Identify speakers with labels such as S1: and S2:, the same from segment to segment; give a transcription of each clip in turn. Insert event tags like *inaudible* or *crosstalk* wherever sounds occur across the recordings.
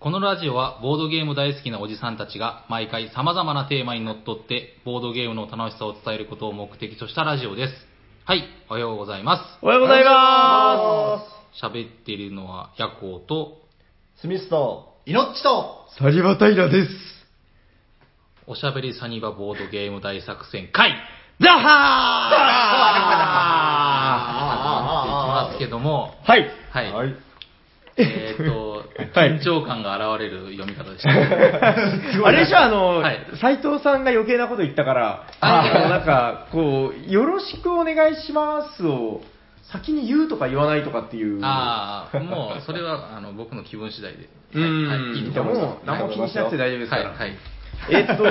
S1: このラジオはボードゲーム大好きなおじさんたちが毎回様々なテーマにのっとってボードゲームの楽しさを伝えることを目的としたラジオです。はい、おはようございま
S2: おはようございま
S1: す。喋っているのはヤコウと
S2: す。スミスと、
S3: イノッチと、
S4: サリバタイラです。
S1: おしゃべりサニバボードゲーム大作戦会
S2: ザッハー
S1: やっていきますけども、
S2: はい。
S1: は
S4: は
S1: い。
S4: い。
S1: えーっと、
S2: *laughs* はい
S1: 緊張感が現れる読み方でした。
S2: あれでしょ、あの
S1: はい、
S2: 斎、藤さんが余計なこと言ったから、
S1: あ
S2: あの、なんか、こう、よろしくお願いしますを、先に言うとか言わないとかっていう。
S1: ああ、もう、それは、あの、僕の気分次第で。
S2: う
S1: はい
S2: ん。
S1: いいと思います
S2: もう、何も気にしなくて大丈夫ですか
S1: はい、
S2: ら。
S1: はい。
S2: えっと、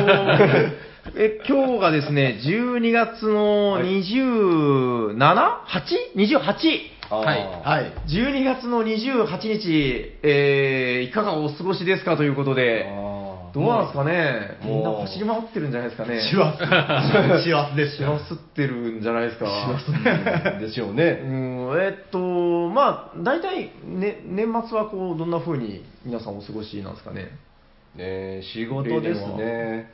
S2: え今日がですね、12月の 27?8?28?12
S1: はい
S3: はい。
S2: 月の28日、えーいかがお過ごしですかということで、
S3: あ
S2: どうなんですかね、みんな
S3: もう
S2: 走り回ってるんじゃないですかね。
S3: *laughs* シ
S2: *laughs*
S3: ワス。シワスです
S2: し
S3: よ
S2: わ。すってるんじゃないですか。
S3: でしょう
S2: う
S3: ね。
S2: ん、えっと、まあ、大体、ね、年末はこう、どんな風に皆さんお過ごしなんですか
S3: *laughs*
S2: ね。
S3: ね仕事ですね。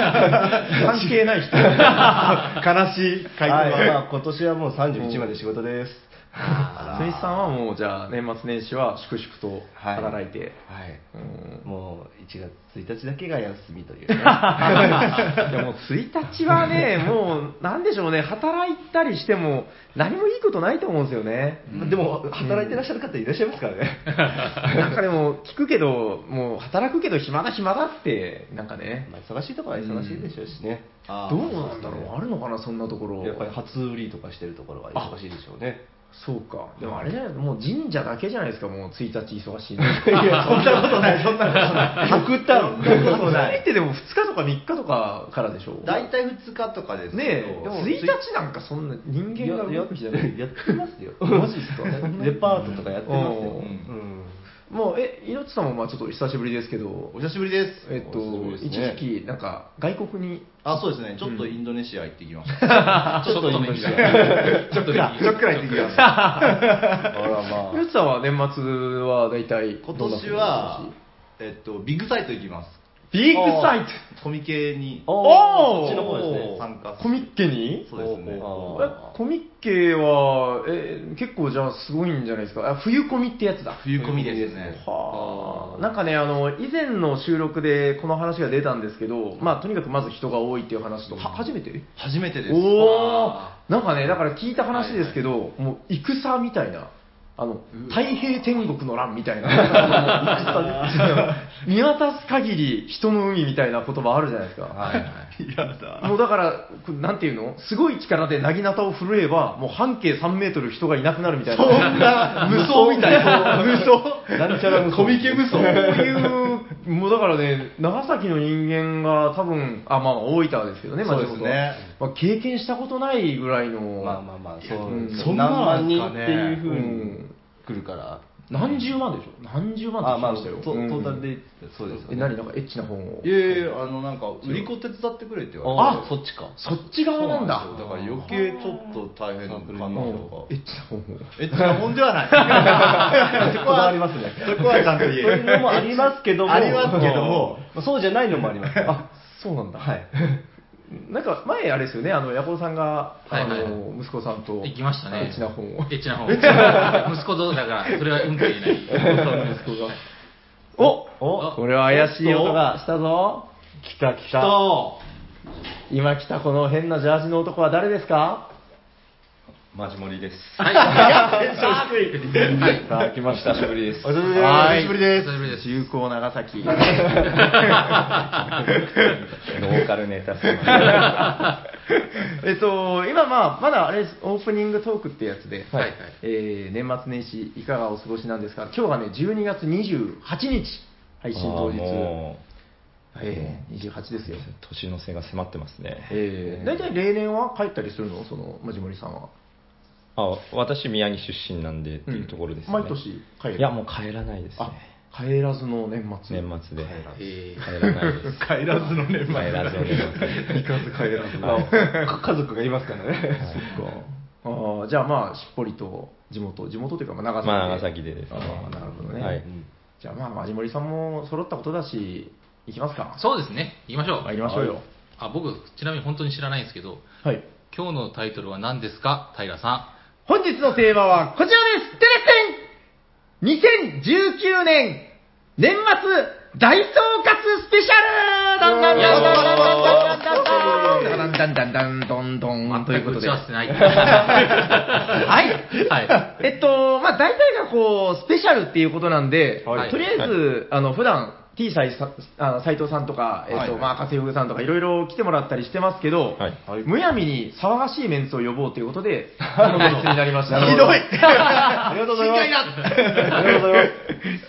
S2: 関係ない人。
S3: *laughs* 悲しい回答
S2: はい
S3: まあ今年はもう31まで仕事です。
S1: あ
S2: スミスさんはもう、じゃあ、年末年始は粛々と働いて。
S3: はい。
S2: うん
S3: もう1月1日だけが休みという
S2: *laughs*
S3: ね。
S2: いやもう1日は
S3: *laughs*
S2: ね、もうなんでしょうね、働いたりしても、何もいいことないと思うんですよね。
S3: でも、働いてらっしゃる方いらっしゃいますからね。
S2: なんかでも、聞くけど、もう働くけど、暇だ、暇だって、なんかね、
S3: まあ忙しいところは忙しいでしょうしね。あ
S2: どうなんだろう、あるのかな、そんなところ。
S3: やっぱり初売りとかしてるところは忙しいでしょうね。
S2: そうか、でもあれじゃないもう神社だけじゃないですか、もう1日忙しいの。
S3: *laughs* いや、そんなことない、そんなことない。送ったの。
S2: *laughs* 初めてでも2日とか3日とかからでしょ。ね
S3: 大体2日とかです
S2: え、で
S3: けど
S2: も1日なんかそんな人
S3: や
S2: 間が
S3: や
S2: 動
S3: っ
S2: く日じゃない。
S3: やってますよ。
S2: マジっすか
S3: デパートとかやってますよ。
S2: うん
S3: うん
S2: もう、え、いのちさんもまあちょっと久しぶりですけど
S5: お、久しぶりです。
S2: えっと、
S3: お久しぶりです
S2: 一
S3: ね
S2: 時期、なんか、外国に、
S5: あ、そうですね。ちょっとインドネシア行ってきました。
S1: あ、ちょっと意味が。ちょっと意味
S5: ちょっくら行ってきました。
S3: あらま
S2: ゆうちさんは年末は大体、
S5: 今年は、えっと、ビッグサイト行きます。
S2: ビッグサイ
S5: コミケに、
S3: あ。
S5: そ
S2: おー
S3: そっちの方ですね。
S5: 参加
S2: トコミッケに
S5: そうですね。
S3: おー
S2: えコミッケは、え、結構じゃあすごいんじゃないですか。あ冬コミってやつだ。
S5: 冬コミですね。
S2: はあなんかね、あの、以前の収録でこの話が出たんですけど、まあ、とにかくまず人が多いっていう話と、は初めて
S5: 初めてです。
S2: お
S1: あ
S2: ーなんかね、だから聞いた話ですけど、もう戦みたいな、あの太平天国の乱みたいな、戦ね見渡す限り人の海みたいな言葉あるじゃないですか、もうだから、こうなんていうの、すごい力でなぎなたを振るえば、もう半径3メートル人がいなくなるみたいな、無双みたいな、無双、
S3: なんちゃら無双
S2: コミケ無双、そういう、もうだからね、長崎の人間が多分あ、まあ、大分ですけどね、まあ
S5: そうですね
S2: 地元はまあ、経験したことないぐらいの。
S3: まあまあまあ、そう
S2: うん
S5: そんなのなん
S3: 何
S5: す
S3: 万人
S5: か
S3: って
S5: ね
S3: いうふう
S2: う
S3: に
S2: ん
S3: 来るから。
S2: 何十万でしょ何十万
S3: あまあ、
S2: っ
S3: ト
S2: て聞きま
S3: ト
S2: したよ。
S3: ータルで
S2: うん
S3: 言ってそうですよ
S2: え、
S3: ね。
S2: 何なんかエッチな本を
S5: い。やいや、あの、なんか、売り子手伝ってくれって言われて。
S3: あ、そっちか。
S2: そっち側なんだ。
S5: そうなんですよだから余計ちょっと大変かな
S2: うん
S5: と
S2: エ
S5: か
S2: ッ。チな本を。
S5: え、日本で
S6: *laughs*
S5: はない。そこ
S3: こだ
S5: は
S3: わりますね
S5: そこはちゃんと言え
S3: そういうのもありますけども。
S5: ありますけども
S3: うん。そうじゃないのもありますから。
S2: そうなんだ。
S3: はい。
S2: *laughs* なんか前あれですよね、あの、ヤコウさんが、
S1: はいは
S2: あ
S1: い
S2: の、息子さんと。
S1: 行きましたね。
S2: エッチな本を。
S1: エッチな本。息子とだ
S2: *laughs*
S1: から、それはうんって言えない。
S2: 息子が。お
S3: お
S2: これは怪しい音がしたぞ。
S3: 来た来た。
S2: と今来たこの変なジャージの男は誰ですか
S5: マジモリです。
S1: はい。
S3: さあ、来ました。久しぶりです。
S2: は
S5: お久しぶりです。
S1: 久しぶりです
S2: 重工長崎。
S3: ノーカルネタは
S2: えっと、今、まあ、まだあれですオープニングトークってやつで、
S1: はいはい
S2: えー年末年始、いかがお過ごしなんですか、今日がね、12月28日、配信当日、えー28ですよ、
S3: 年の瀬が迫ってますね。
S2: えー大体例年は帰ったりするの、その、まじもりさんは。
S6: あ私、宮城出身なんでっていうところですね。
S2: 毎年帰る
S6: いや、もう帰らないですね
S2: あ。帰らずの年末、
S6: 年末で。
S1: え
S6: 帰らないです。
S5: 帰らずの年
S6: 帰らずの年末
S3: 行かず帰らず。まあ家族がいますからね。
S2: あーじゃあ、まあ、しっぽりと地元、地元というか、まあ長崎で、
S6: まあ、長崎でですね。
S2: あーなるほどね、
S6: はい
S2: じゃあまあ、マジモリさんも揃ったことだし、行きますか。
S1: そうですね。行きましょう。
S2: 参りましょうよ。
S1: あ、僕、ちなみに本当に知らないんですけど、
S2: はい。
S1: 今日のタイトルは何ですか平さ
S2: 本日のテーマはこちらですテレセン !2019 年年末大総括スペシャルダンダンダンダンダンダンダンダンダンダンドンド
S1: ん。
S2: ンということで。
S1: 全く打ち合わせて
S2: は。
S1: ない
S2: *laughs*
S1: い。はい。 *laughs*
S2: えっと、まあ大体がこう、スペシャルっていうことなんで、
S1: はい
S2: とりあえず、あの、普段、T 斎さんあの斉藤さんとか、えっと、
S5: はい
S2: まあ、加瀬夫さんとかいろいろ来てもらったりしてますけど、
S6: はい
S5: はい
S2: むやみに騒がしいメンツを呼ぼうということ
S1: *laughs*
S2: で、このメンツになりました。ひどい *laughs*
S5: ありがとうございます。
S2: ありがとうございます。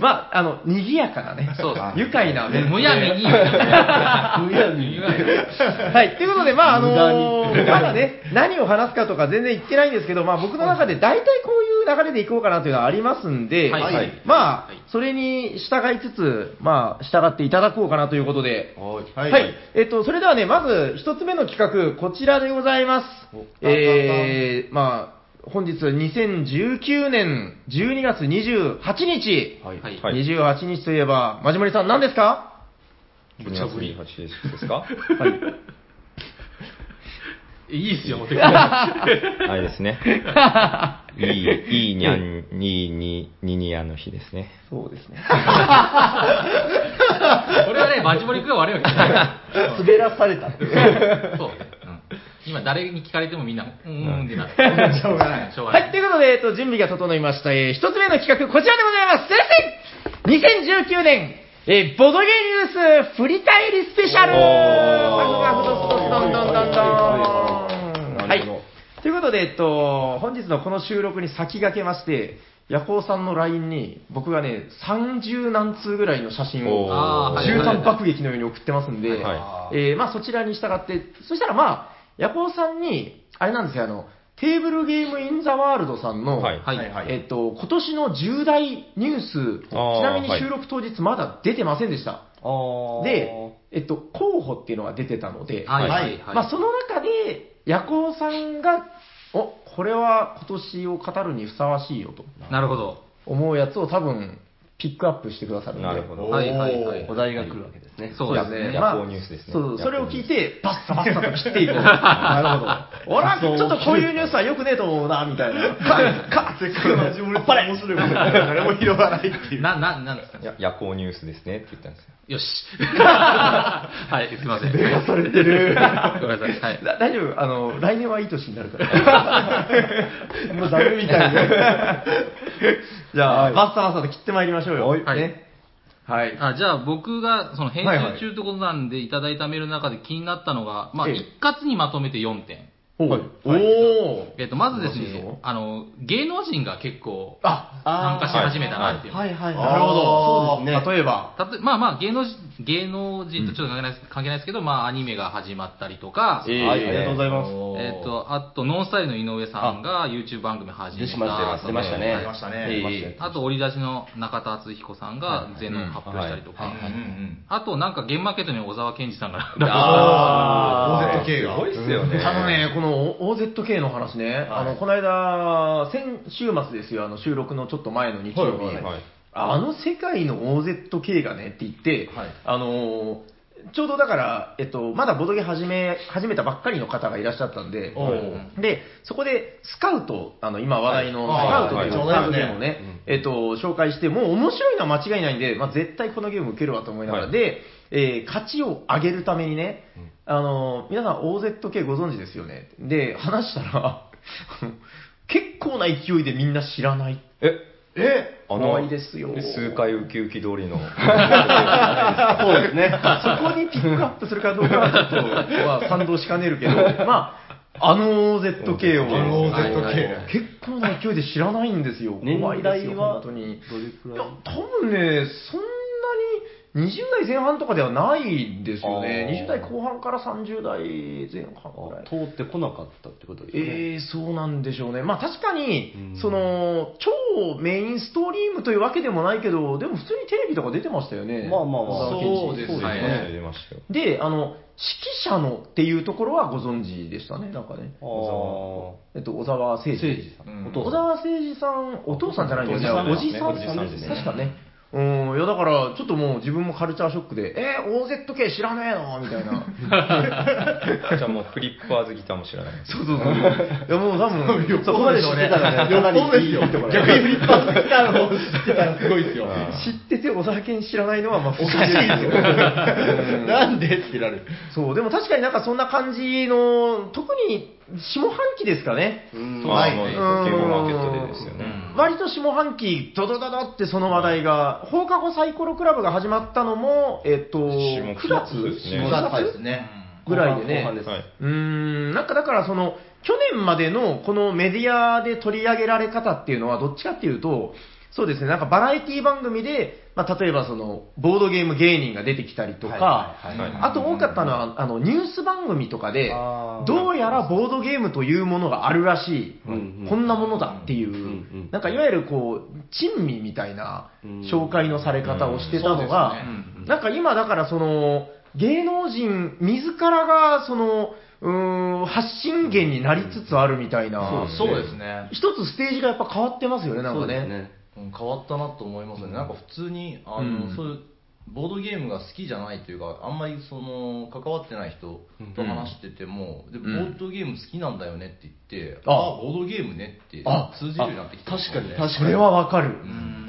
S2: まあ、あの、賑やかなね、
S1: そうです
S2: 愉快なメンツ
S1: むやみに。むやみに。
S2: *laughs* はい、ということで、まあ、あのまだね、何を話すかとか全然言ってないんですけど、まあ、僕の中で大体こういう流れでいこうかなというのはありますんで、
S1: はいはい
S2: まあ
S1: はい、
S2: それに従いつつ、まあ、従っていただこうかなということで、
S5: は。
S2: はいい、えっと、それではね、まず一つ目の企画、こちらでございます
S5: お。
S2: えー、まあ、本日2019年12月28日、
S5: はい。
S1: はい。
S6: はい
S2: 28日といえば、まじもりさん何ですか
S6: 12月28ですか
S1: いいっすよ、持ってくる。は
S6: *laughs* あれですね。いい、いいにゃん、いいに、ににやの日ですね。
S2: そうですね。
S1: いこれはね、マジモリ君が悪いわけじゃない。
S3: 滑らされた。
S1: そうね。うん今、誰に聞かれてもみんな、うーんってなって。しょうがない。しょうがな
S2: はい、
S1: い。
S2: ということで、えっと、準備が整いました。えー、一つ目の企画、こちらでございます。先生 !2019 年、えー、ボドゲニュース振り返りスペシャル
S6: おー
S2: パフパフドスドスドンドンドンドン
S6: はいはい
S2: は
S6: はいはいなるほ
S2: い。ということで、えっと、本日のこの収録に先駆けまして、ヤコウさんの LINE に、僕がね、30何通ぐらいの写真を
S6: おー、
S1: あーはいはいはい
S2: 13爆撃のように送ってますんで、
S6: はい
S2: えーまあ、そちらに従って、そしたら、まあ、ヤコウさんに、あれなんですよあの、テーブルゲームインザワールドさんの、
S6: はい
S1: はい。
S5: はいはい
S2: えっと、今年の重大ニュース、ち
S6: あー
S2: なみに収録当日まだ出てませんでした。で、えっと、候補っていうのが出てたので、
S1: はい。は
S5: はい
S1: い。はい
S2: まあ、その中で、ヤコウさんが、おこれは今年を語るにふさわしいよと
S1: なるほど。
S2: 思うやつを多分、ピックアップしてくださるんで。
S6: なるほど。
S1: はいはいはい。
S3: お題が来るわけですね。
S1: そうですね。
S6: や
S2: まあ
S6: 夜行ニュースですね
S2: そう、それを聞い
S6: 夜
S2: て、バッサバッサと切 *laughs* っていこう。なるほど。俺はちょっとこういうニュースはよくねえと思うな、みたいな。 *laughs*
S5: か、せっかくマジモリさん面白いこと誰も拾わないっていう。
S1: な、な、なんですか
S6: いや夜行ニュースですねって言ったんですよ。
S1: よし。 *laughs* はい、すいません。
S2: されてる。
S1: ごめんなさい。はい。
S2: だ大丈夫あの、来年はいい年になるから。もうダメみたい *laughs* な。じゃあ、
S3: はい
S2: バッサバッサと切ってまいりましょうよ。はい
S1: はい
S2: ね。はい。
S1: あじゃあ僕がその編
S2: はいはい
S1: 集中ってことなんでいただいたメールの中で気になったのが、まあ、
S2: ええ
S1: 一括にまとめて4点、
S2: お
S3: はい
S2: おー
S1: えっと、まずです
S2: 素晴らしいぞ
S1: ねあの芸能人が結構
S2: あ、
S1: 参加し始めたなっていう、
S3: はいはい。
S2: なるほど。
S3: そうですね。
S2: 例えば、
S1: たとまあまあ芸能人芸能人とちょっと関係ない,、関係ないですけど、まあ、アニメが始まったりとか、
S2: え
S1: え
S2: え
S3: はい、ありがとうございます。
S1: っとあとノンスタイルの井上さんが YouTube 番組始めたとか
S3: 出ましたね
S5: 出ましたね。
S3: ええ
S5: 出ましたね
S1: あと折り出しの中田敦彦さんが全能発表したりとか、
S5: うんうん
S1: あとなんかゲームマーケットに小沢健二さんが
S5: あー OZK が
S6: すごいっすよね。
S2: あのね、この OZK の話ね、あの、この間、先週末ですよ、あの、収録のちょっと前の日曜日、
S6: はいはい
S2: あの世界の OZK がねって言って、
S5: はい
S2: あのーちょうどだから、えっと、まだボドゲ始め、始めたばっかりの方がいらっしゃったんで、
S5: おう
S2: で、そこで、スカウト、あの、今話題の、スカ
S5: は
S2: ウ
S5: い
S2: トという
S5: はい
S2: カードゲームを
S5: はい
S2: ね、えっと、紹介して、もう面白いのは間違いないんで、まあ、絶対このゲーム受けるわと思いながら、
S6: はい
S2: で、えー価値を上げるためにね、あの、皆さん OZK ご存知ですよね。で、話したら、 *laughs* 結構な勢いでみんな知らない。
S6: え、
S5: え
S6: あ
S2: 可
S6: の、
S2: 愛いですよ
S6: 数回ウキウキ通りの。
S3: そうですね。
S2: *laughs* そこにピックアップするかどうかはちょっと、まあ、賛同しかねるけど、まあ、あの OZK を、
S5: あの OZK
S2: 結構な勢いで知らないんですよ、
S3: 年
S2: 怖いです
S3: 代
S2: よ、
S3: は
S2: 本当に。い
S3: どれく
S2: や、
S3: らい
S2: 多分ね、そんなに20代前半とかではないですよね、20
S6: あー
S2: 代後半から30代前半ぐらい。
S3: 通ってこなかったってことですね。
S2: えー、そうなんでしょうね、まあ、確かに、
S3: うん
S2: その超メインストリームというわけでもないけど、でも普通にテレビとか出てましたよね、
S3: まあまあまあ
S2: 小沢健二
S5: そうです
S6: 出
S5: ね
S6: ましたよ
S5: ね
S6: 出ましたよ。
S2: で、あの、指揮者のっていうところはご存知でしたね、なんかね。
S3: あー
S2: えっと、小沢誠
S3: 誠
S2: 二。
S3: 治さ
S5: うん
S3: ん。お父
S2: 小
S3: さん。
S2: 沢誠二さん、お父さんじゃないんだよね、お
S6: お
S2: じさ
S6: じさ
S2: ん
S6: ん
S2: で
S6: です
S2: ね。
S6: すね
S2: 確かね。うん、いやだから、ちょっともう自分もカルチャーショックで、えー、OZK 知らねえのみたい *laughs* な。
S6: じゃあもうフリッパーズギターも知らない。
S2: そうそうそう。いやもう多分、そこまで知ってたらね、
S5: よっぽどですよ
S2: よっぽどですよ
S5: 逆にフリッパーズギターの方知ってたらすごいですよ。
S2: 知ってて小沢健知らないのはまあ不
S5: お
S2: 思議
S5: かしいです
S2: *laughs*
S5: よ。
S2: うん
S5: *laughs* なんでってなる。
S2: そう、でも確かになんかそんな感じの、特に下半期ですかね。
S5: うん
S6: まあ
S5: はい
S6: もう
S5: はい
S6: 結
S2: うん
S6: 構マーケットでですよね。
S1: うん、
S2: 割と下半期、ドドドドってその話題が、放課後サイコロクラブが始まったのも、えっと、
S6: 下
S2: 9月
S6: そうですね
S2: 4
S5: 下高いですね。
S2: ぐらいでね
S5: 後半です
S6: はい。
S2: うーん、なんかだからその、去年までのこのメディアで取り上げられ方っていうのはどっちかっていうと、そうですね、なんかバラエティ番組で、まあ、例えばその、ボードゲーム芸人が出てきたりとか、
S5: はいはいはい
S2: あと多かったのは、あの、ニュース番組とかで
S3: あー、
S2: どうやらボードゲームというものがあるらしい、
S3: うんうん
S2: こんなものだっていう、
S3: うん
S2: なんかいわゆるこう、珍味みたいな紹介のされ方をしてたのが、
S5: うんそうですね
S2: なんか今だからその、芸能人自らがその、うーん、発信源になりつつあるみたいな、
S5: そうですね。
S2: 一つステージがやっぱ変わってますよね、なん
S3: そ
S2: か
S3: うです
S2: ね。
S3: ね。
S5: うん変わったなと思いますね、なんか普通にあの、
S2: うん
S5: そういうボードゲームが好きじゃないというかあんまりその関わってない人と話してても、でボ
S2: ん
S5: ードゲーム好きなんだよねって言って、
S2: あ
S5: ああボードゲームねって通じるようになってきた
S3: 確かに、
S5: か
S3: 確かに。
S2: それはわかる。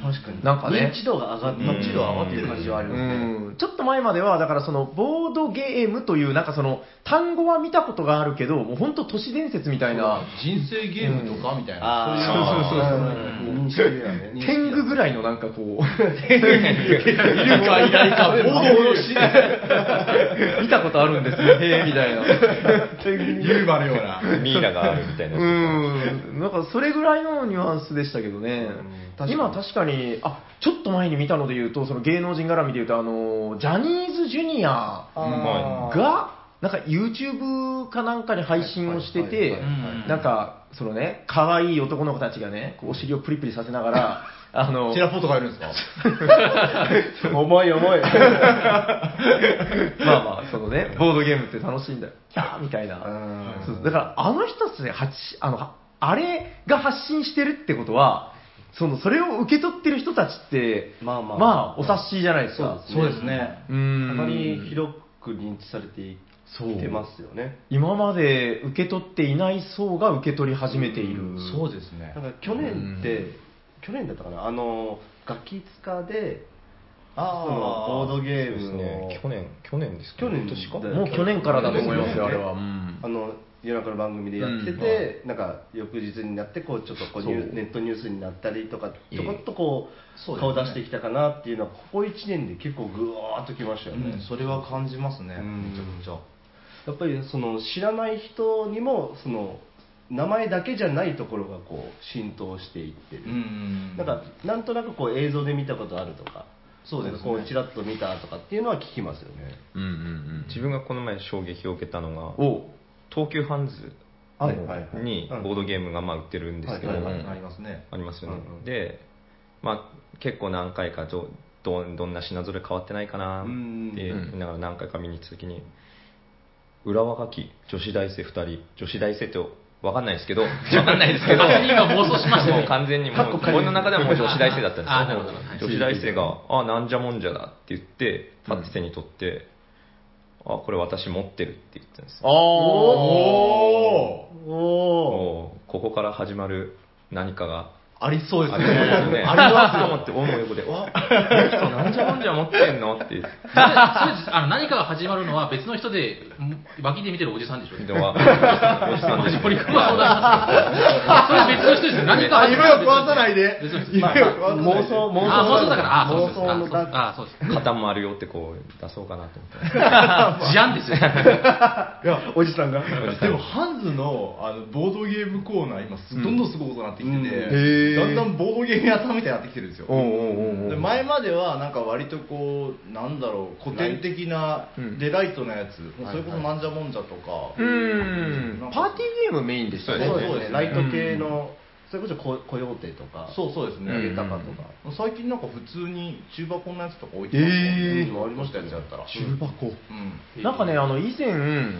S3: 確かに。
S2: なんかね
S3: 認知度が上がった。
S6: 認知度上がってる
S3: 感じはありますね。
S2: うんちょっと前までは、だからそのボードゲームという、なんかその単語は見たことがあるけど、もう本当都市伝説みたいな、
S5: 人生ゲームとかみたいな、
S3: あー、そうそうそうそう。認識だよね。
S2: 天狗ぐらいのなんかこ
S3: *laughs*
S2: う、 *laughs*
S5: そういういるかいないかボードをし
S2: 見たことあるんですね、へえみたいな。
S5: 言うばのような
S6: ミイラがあるみたいなやつ。
S2: うん、なんかそれぐらいのニュアンスでしたけどね、
S3: 確かに
S2: 今確かに、あちょっと前に見たので言うと、その芸能人絡みで言うと、あのジャニーズジュニア
S3: あー
S2: が、なんか YouTube かなんかに配信をして
S3: はいは
S2: て
S3: いはい
S1: はい
S2: なんか、そのね、可愛い男の子たちがね、こうお尻をプリプリさせなが *laughs* ら、あの
S5: テラポートがいるんですか
S3: 重い重い。
S2: まあまあ、そのね、ボードゲームって楽しいんだよ、 *laughs* キャーみたいな。
S3: うん
S2: そうだから、あの人たちね、はちあの、はあれが発信してるってことは、その、それを受け取ってる人たちって、
S3: まあまあ
S2: お察しじゃないですか。
S3: そうですね。
S2: う
S3: あ
S2: ん。
S3: まり広く認知されてい
S2: そう
S3: ってますよね。
S2: 今まで受け取っていない層が受け取り始めている。
S5: そうですね
S3: なんか去年って、去年だったかな、あの、ガキツカで、そのボードゲ
S6: そう
S3: ー
S6: です
S3: ムの、
S6: ね。去年、去年ですか
S3: 去年
S6: 今年か
S3: だよ
S2: もう去年からだと思いますよ、あ
S3: 去
S2: れ
S3: 年です
S2: は。
S3: よ
S2: う
S3: ね
S2: ん
S3: あの夜中の番組でやってて、なんか翌日になってこうちょっとこうニュー
S2: そう
S3: ネットニュースになったりとか
S2: ええ
S3: ちょこっとこう
S5: そうです
S3: 顔
S5: ね
S3: 出してきたかなっていうのはここ1年で結構ぐわーっときましたよね、
S5: うんそれは感じますね、
S3: うん
S5: めちゃくちゃ
S3: やっぱりその知らない人にもその名前だけじゃないところがこう浸透していってる、
S5: ん
S3: なんかなんとなくこう映像で見たことあるとか
S5: そうですね
S3: なんかこうちらっと見たとかっていうのは聞きますよね
S2: うんうん
S6: 自分がこの前衝撃を受けたのが
S2: うん。、お
S6: 東急ハンズ
S3: はいはいはい
S6: に
S3: うん
S6: ボードゲームがまあ売ってるんですけど、
S3: はいはい
S5: ありますね
S6: ありますよね、
S3: うんうん
S6: で、まあ、結構何回かどどどんな品ぞれ変わってないかなって
S3: うん
S6: 言いながら何回か見に行った時に浦和書き女子大生2人女子大生って分かんないです
S3: *laughs*
S6: けど分かんないですけど
S1: 今妄想しましたね
S6: もう完全にも
S3: かっこ
S6: う
S3: 仮に
S6: 俺の中ではもう女子大生だったん
S1: あーなるほどなる
S6: ですよ女子大生が「あなんじゃもんじゃだ」って言って立って手に取って「あこれ私持ってる」って言ったんですよ
S2: おお
S3: おお
S6: もうここから始まる何かが
S5: ありそうですね
S6: ありますと思って、思う横で、わあなんじゃもんじゃ持ってんのって言
S1: それそれあの何かが始まるのは別の人でん脇で見てるおじさんでしょ
S6: のは、おじさん
S1: マ
S6: で
S1: ジ
S6: す
S1: ポリクマ相談しますよそれ別の人ですよ何か
S5: あ夢 *laughs* を壊さないで
S1: 別の人
S5: 夢を
S1: あ
S5: 壊さない
S3: 妄
S5: で
S3: 想妄想
S1: 妄想だからあそうそう
S3: 妄
S1: そう
S3: 想のだ
S1: あそうです
S6: 肩もあるよってこう出そうかなと思って。
S1: 事案ですよ
S5: いや
S3: おじさんが
S5: でもハンズのあのボードゲームコーナー今すどんどんすごいことになってきて
S2: うんへー
S5: てだんだんボードゲーム屋さんみたいになってきてるんですよ
S2: おお
S5: で前まではなんか割とこうなんだろう古典的な
S2: うん
S5: でライトなやつもうそれこそなんじゃもんじゃとか
S2: うん
S5: なんか
S2: パーティーゲームメインでしたよね。
S3: そうで
S5: そう
S3: す
S5: です
S3: ね
S5: ね
S3: ライト系の、それこそココヨーテとか
S5: そうそうですね
S2: うん
S3: ゲタカとか、
S5: 最近なんか普通に中箱のやつとか置いてますもん
S2: ええ
S5: ねうんありましたよやつやったら
S2: 中箱
S5: うん
S2: なんかね、あの以前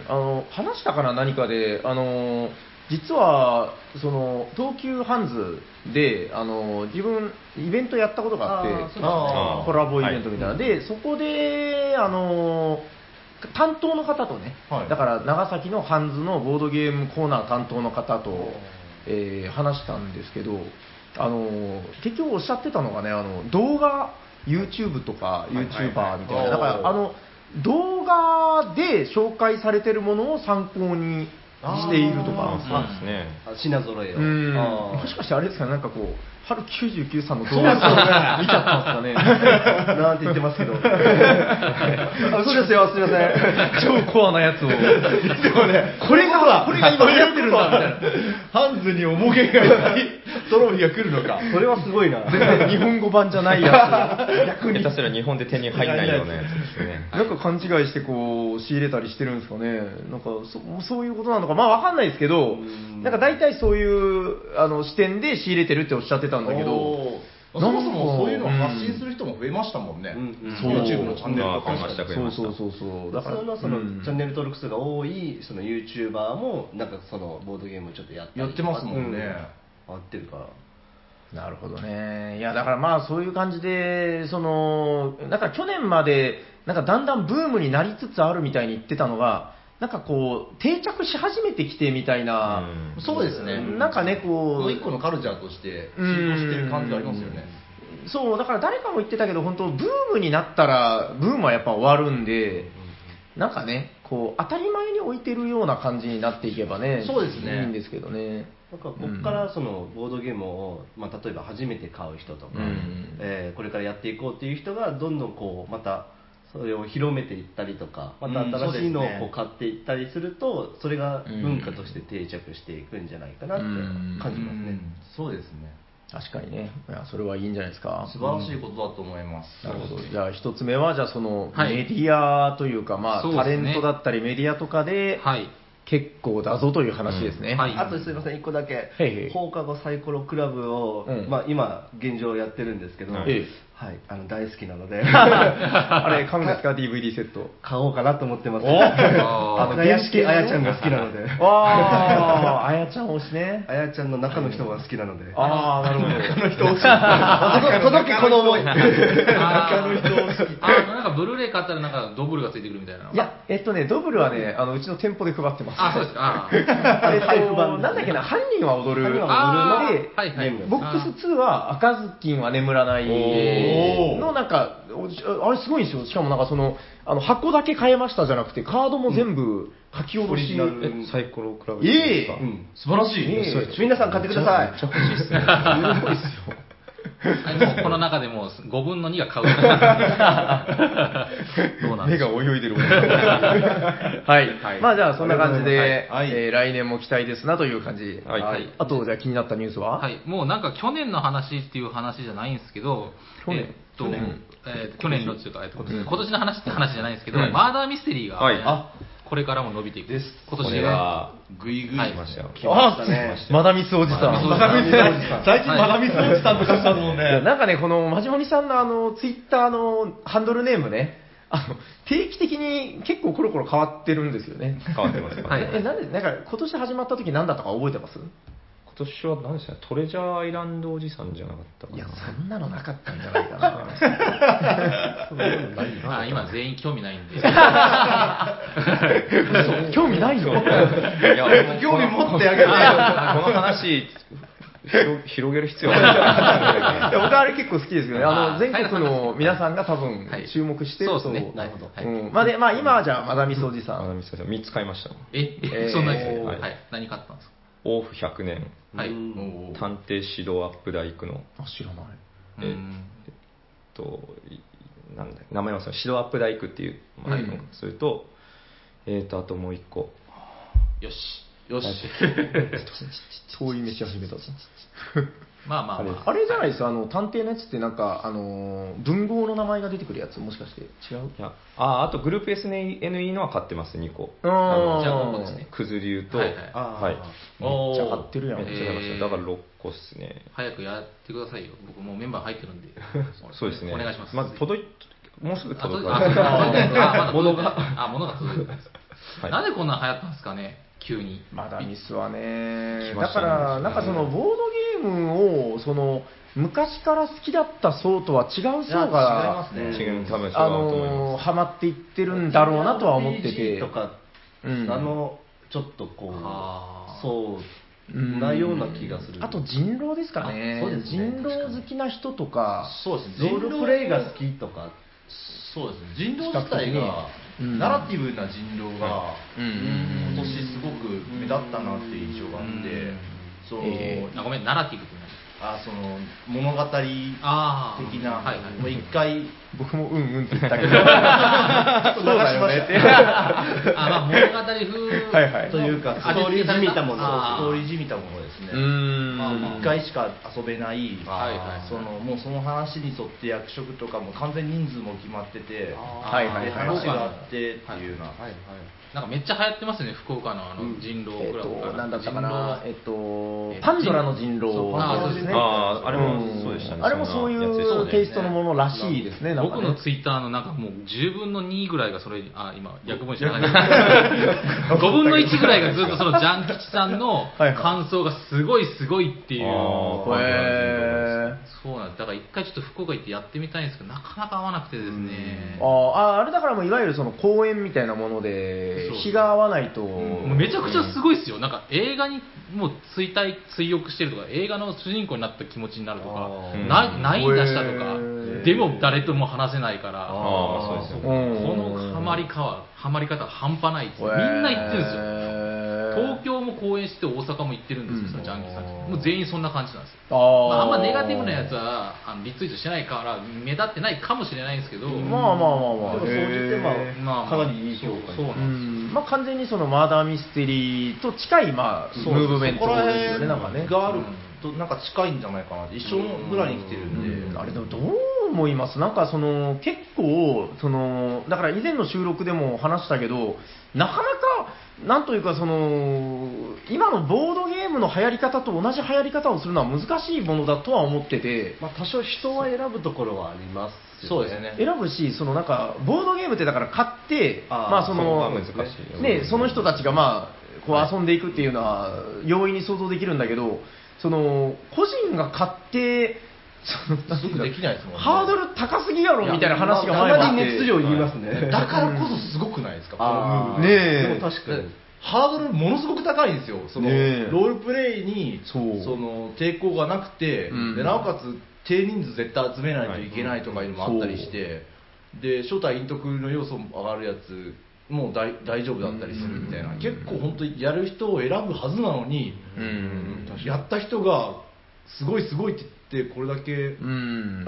S2: あの話したかな、何かで、あの実はその東急ハンズであの自分イベントやったことがあって
S3: あーそうですね
S2: あーコラボイベントみたいな、
S6: はい
S2: でそこであの担当の方とね、
S5: はい
S2: だから長崎のハンズのボードゲームコーナー担当の方と、えー話したんですけどあの結局おっしゃってたのがねあの動画 YouTube とか YouTuber みたいな、だからあの動画で紹介されてるものを参考にしているとか
S6: あそうですね。
S3: あ品揃えを
S2: うん
S3: あー *laughs*
S2: もしかしてあれですかねなんかこう春99さんの動画とか見ちゃったんですか
S3: *laughs*
S2: ね
S3: なんて言ってますけどあ嘘ですよすいません
S2: 超コアなやつをでもねこれがこれが今流行ってるんだみたいな
S5: ハンズに重げがない *laughs* トロフィーが来るのか。
S3: それはすごいな
S2: 全然日本語版じゃないや
S3: *laughs*
S2: つ
S6: 下手すら日本で手に入らないようなやつですね。
S2: なんか勘違いしてこう仕入れたりしてるんですかね、なんかそそういうことなのか、まあわかんないですけど、
S3: ん
S2: なんか大体そういうあの視点で仕入れてるっておっしゃってたんだけど、
S5: おーそもそもそういうのを発信する人も増えましたもんね、
S3: うんうん
S2: そう
S5: YouTube のチャンネルとか
S6: あー増えました
S2: そうそうそうそう、だ
S3: 普
S2: から
S3: 通のその、
S2: うん
S3: チャンネル登録数が多いその YouTuber もなんかそのボードゲームをちょっとやったり
S5: やってますもんね、
S3: うん合ってるから
S2: なるほどね、いやだからまあそういう感じで、そのなんか去年まで、なんかだんだんブームになりつつあるみたいに言ってたのが、なんかこう、定着し始めてきてみたいな、
S6: うん
S5: そうですね
S2: なんかね、こう、
S5: もう一個のカルチャーとして浸透してる感じありますよね
S2: そう、だから誰かも言ってたけど、本当、ブームになったら、ブームはやっぱ終わるんで、なんかね、こう、当たり前に置いてるような感じになっていけばね、
S5: そうですね
S2: いいんですけどね。
S3: なんかここからそのボードゲームを、まあ、例えば初めて買う人とか、
S2: うん
S3: えーこれからやっていこうっていう人がどんどんこうまたそれを広めていったりとかまた新しいのを
S5: うんそうで
S3: こ
S5: すね
S3: う買っていったりするとそれが文化として定着していくんじゃないかなって感じますね、
S5: うんそうですね
S2: 確かにね、いやそれはいいんじゃないですか。
S5: 素晴らしいことだと思います、
S2: なるほど。じゃあ、一つ目は、じゃあ、その、
S1: はい
S2: メディアというか、まあ、
S1: そうで
S2: タ
S1: すね
S2: レントだったり、メディアとかで、
S1: はい。
S2: 結構だぞという話ですね。
S1: うんはい
S3: あとすいません1個だけ
S2: へいへい
S3: 放課後サイコロクラブを、
S2: うん
S3: まあ、今現状やってるんですけど、
S6: はい
S2: ええ
S3: はい、あの大好きなので
S2: あれ、買うんですか ?DVD セット。
S3: 買おうかなと思ってます
S2: お
S1: あ
S3: あの原式あやちゃんが好きなので
S2: *laughs* ああ、あやちゃん推しね。
S3: あやちゃんの中の人が好きなので
S2: ああ、なるほど。
S3: 届届けこの思い
S1: 中の人あー、なんかブルーレイ買ったらなんかドブルがついてくるみたいな。
S2: い、や、えっとね、ドブルはね、あのうちの店舗で配ってます。
S1: あ、そうですか。あー
S2: えっと
S3: 配布版ですね
S2: なんだっけな、犯人は踊る。
S3: 犯人は
S1: あ
S3: 踊
S1: ー
S3: る
S2: で、
S1: はいはい。
S2: ボックス2は赤ずきんは眠らない
S5: おー
S2: のなんか、おじあれすごいんですよ。しかもなんかその、あの箱だけ変えましたじゃなくて、カードも全部書き下ろし。
S3: え
S6: サイコロクラブ
S2: ええ
S3: うん
S5: 素晴らしい、
S2: ええ
S3: 皆さん買ってください
S6: めっちゃ欲しいっすね。すごいっすよ。
S1: あでもこの中でも5分の2が買う。どうなん
S2: 目
S1: でし
S2: が
S1: ょう。
S2: 泳いでるはい、
S1: はい
S2: まあじゃあそんな感じで、
S5: はい
S2: えー来年も期待ですなという感じ、
S6: はい
S2: あとじゃあ気になったニュースは、
S1: はい、もうなんか去年の話っていう話じゃないんですけど、
S2: 去年
S1: えっと
S2: 去年
S1: えー去年のっていうか、えっと今
S2: 今年
S1: 年の話って話じゃないんですけど、
S6: はい
S1: マーダーミステリーが、
S6: はい
S1: えー
S6: あ
S1: これからも伸びていく、
S3: です
S1: *laughs* 今
S6: こ
S1: 年
S6: れ
S1: が、
S6: は、ぐいぐい来ましたよ。
S2: あ
S3: 来ま
S2: *laughs*
S3: したね
S2: マダミスおじさん。
S1: マダミスおじさん
S5: 最近マダミスおじさんの写真だもん
S2: いや
S5: ね
S2: なんかね、このまじもりさんのあのツイッターのハンドルネームね、あの定期的に結構コロコロ変わってるんですよね。
S6: 変わってますよ。
S1: はい
S2: え、なんで、なんか今年始まった時何だったか覚えてます
S6: 今年は何でしたっけトレジャーアイランドおじさんじゃなかったか
S2: いや、
S6: な。
S2: そんなのなかったんじゃないか *laughs* な。
S1: まあ、今全員興味ないんで、
S2: そう興味ないよ。
S6: いや
S5: *laughs* 興味持ってあげて
S6: この話、広広げる必要はない
S5: *laughs*
S2: や僕はあれ結構好きですよね。あ
S1: あ
S2: の
S1: ー
S2: 全国の皆さんが多分
S1: はい
S2: 注目してると。
S1: そうですねなるほど
S2: うんまあで、まあ今はじゃあ、マダミスおじさん。
S6: いですよ。3つ買いました。
S1: え、
S2: えー
S1: えそんなにですね、
S6: は
S1: はいい、何買ったんですか
S6: 往復100年、
S1: はい。
S3: うん
S6: 探偵指導アップ大工の、
S2: あ知らない。
S1: う
S6: えっ
S1: ん
S6: と、いなんだ名前はその指導アップ大工っていう、まあ
S2: うん
S6: それと、えっと、あともう一個。
S1: よし、よし。
S2: 遠い飯始めたぞ。
S1: まあまあまあ。
S2: あれじゃないですか、あの探偵のやつって、なんか、あのー文豪の名前が出てくるやつ、もしかして違う
S6: いやああとグループ SNE のは買ってます、2個。
S2: あー
S6: の
S1: じゃあ五個ですね
S6: くず流と、
S1: はいはい
S3: あー
S6: はい
S1: おー
S2: めっちゃ買ってるやん
S6: めっちゃ買いました。だから6個っすね。
S1: 早くやってくださいよ。僕もうメンバー入ってるんで。
S6: そうですね。
S1: お願いします。
S6: まず届い、もうすぐ
S1: あと
S6: 届く
S1: あ、そうかあまだ
S3: 物が
S1: あ、物が届いてます
S6: はい
S1: なぜこんな流行ったんですかね。急に。
S2: まだミスはね
S6: 来、ま
S2: だ
S6: し
S2: か
S6: たね
S2: ら、なんかそのボードゲームをその昔から好きだった層とは違う層が、
S5: いや違いますね
S6: 違う多分違うと
S2: あ
S6: 思い
S2: のー
S6: ま
S2: ハマっていってるんだろうなとは思ってて
S3: RPG、とか、
S2: うん
S3: あのちょっとこ
S1: あー
S3: うそうなような気がする
S2: あと人狼ですかね
S3: あそうですね
S2: 人狼好きな人とか、
S5: そうです
S3: ロールプレイが好
S5: き
S3: きとか
S5: そうですね人狼自体が、
S2: うん
S5: ナラティブな人狼が、
S6: うん
S5: 今年すごく目立ったなっていう印象があって、
S1: うん
S5: その、
S6: え
S1: あごめん、ナラティブって何
S5: あその物語的
S1: あー
S5: な、
S1: はいはい。
S5: もう一回ち
S2: 僕もうんうんって言ったけど、
S5: ょっと流しましたね
S1: あまあ物語風
S2: はいはい
S5: というか、ストーリーじみたもの、
S1: あ
S5: ストーリーじみたものです
S2: うー
S5: ね。
S2: ん
S1: まあまあ
S5: 一回しか遊べない、
S1: はいはい
S5: そのもうその話に沿って役職とかも完全人数も決まってて、で
S1: あー
S2: はいはいはい
S5: 話があってっていうような、
S1: なんかめっちゃ流行ってますよね、福岡のあの人狼
S2: えっ
S1: クラブか
S2: と、
S1: ら。
S2: なんだったかな、えっと
S1: え、
S2: パンドラの人
S1: そう
S2: 狼
S1: パンドラの人狼
S6: あーあれもそうでしたね
S2: んあれもそういうテイストのものらしいですね、なんか
S1: 僕
S2: ね
S1: のツイッターのなんかもう10分の2ぐらいがそれにあ今役分じゃない5分の1ぐらいがずっとそのジャン吉さんの
S2: はいはい
S1: 感想がすごいすごいっていう
S6: あー
S2: へ
S1: そうなんですだから一回ちょっと福岡行ってやってみたいんですけどなかなか合わなくてですね
S2: ーあーあれだからもういわゆるその公演みたいなもので
S1: そう
S2: 日が合わないと、
S1: もうめちゃくちゃすごいですよ、なんか映画にもう追体、追憶してるとか、映画の主人公になった気持ちになるとか
S3: あ
S6: ー、
S1: な涙したと
S2: へ
S1: か
S2: ー、
S1: でも誰とも話せないから、
S6: あーそうです
S2: よね
S1: このハマりかはハマり方、半端ないっつって、
S2: へ
S1: みん
S2: ー
S1: な言ってるんですよ。東京も公演して大阪も行ってるんですよ、そのジャンキーさんってもう全員そんな感じなんですよ。
S2: あー、
S1: まあ、あんまネガティブなやつはあのリツイートしてないから目立ってないかもしれないんですけど、
S2: まあまあまあまあ
S3: でも総じてまあ
S2: へー
S1: まあ
S3: かなりいい評価に
S1: そうそう
S2: う
S1: なんですよ
S2: んまあ、完全にそのマーダーミステリーと近い、まあ、ムーブメント
S5: そこら
S2: ですよね、
S5: 辺
S2: なんかね。
S5: があるとなんか近いんじゃないかなって一緒のぐらいに来てるんで、
S2: うんあれでもどう思いますなんかその結構そのだから以前の収録でも話したけどなかなかなんというかその今のボードゲームの流行り方と同じ流行り方をするのは難しいものだとは思ってて
S3: まあ多少人は選ぶところはあります
S5: そ
S3: よ
S5: うですね
S2: 選ぶしそのなんかボードゲームってだから買って
S3: あー
S2: まあその
S6: そこが難しいよ
S2: ねその人たちがまあこう遊んでいくっていうのは容易に想像できるんだけどその個人が買ってそのなんて
S5: す
S2: いう
S5: ぐ
S2: か
S5: できないですもんね
S2: ハードル高すぎやろみたいな話が
S3: まあ
S2: 前
S3: あ
S2: はあ
S3: ま
S2: っ
S3: り
S2: て
S3: 熱量言いますね、
S5: だからこそすごくないですか、このムー
S3: あ
S5: ブ
S3: ー
S2: ねえ
S3: でも確かに
S5: ハードルものすごく高いんですよ、その
S2: ねえ
S5: ロールプレイに
S2: そう
S5: の抵抗がなくて、
S2: うん
S5: でなおかつ低人数絶対集めないといけないとかいうのもあったりして、で初代陰徳の要素も上がるやつも大大丈夫だったりするみたいな、結構本当にやる人を選ぶはずなのに、
S6: うん
S5: やった人がすごいすごいって言ってこれだけ
S2: うん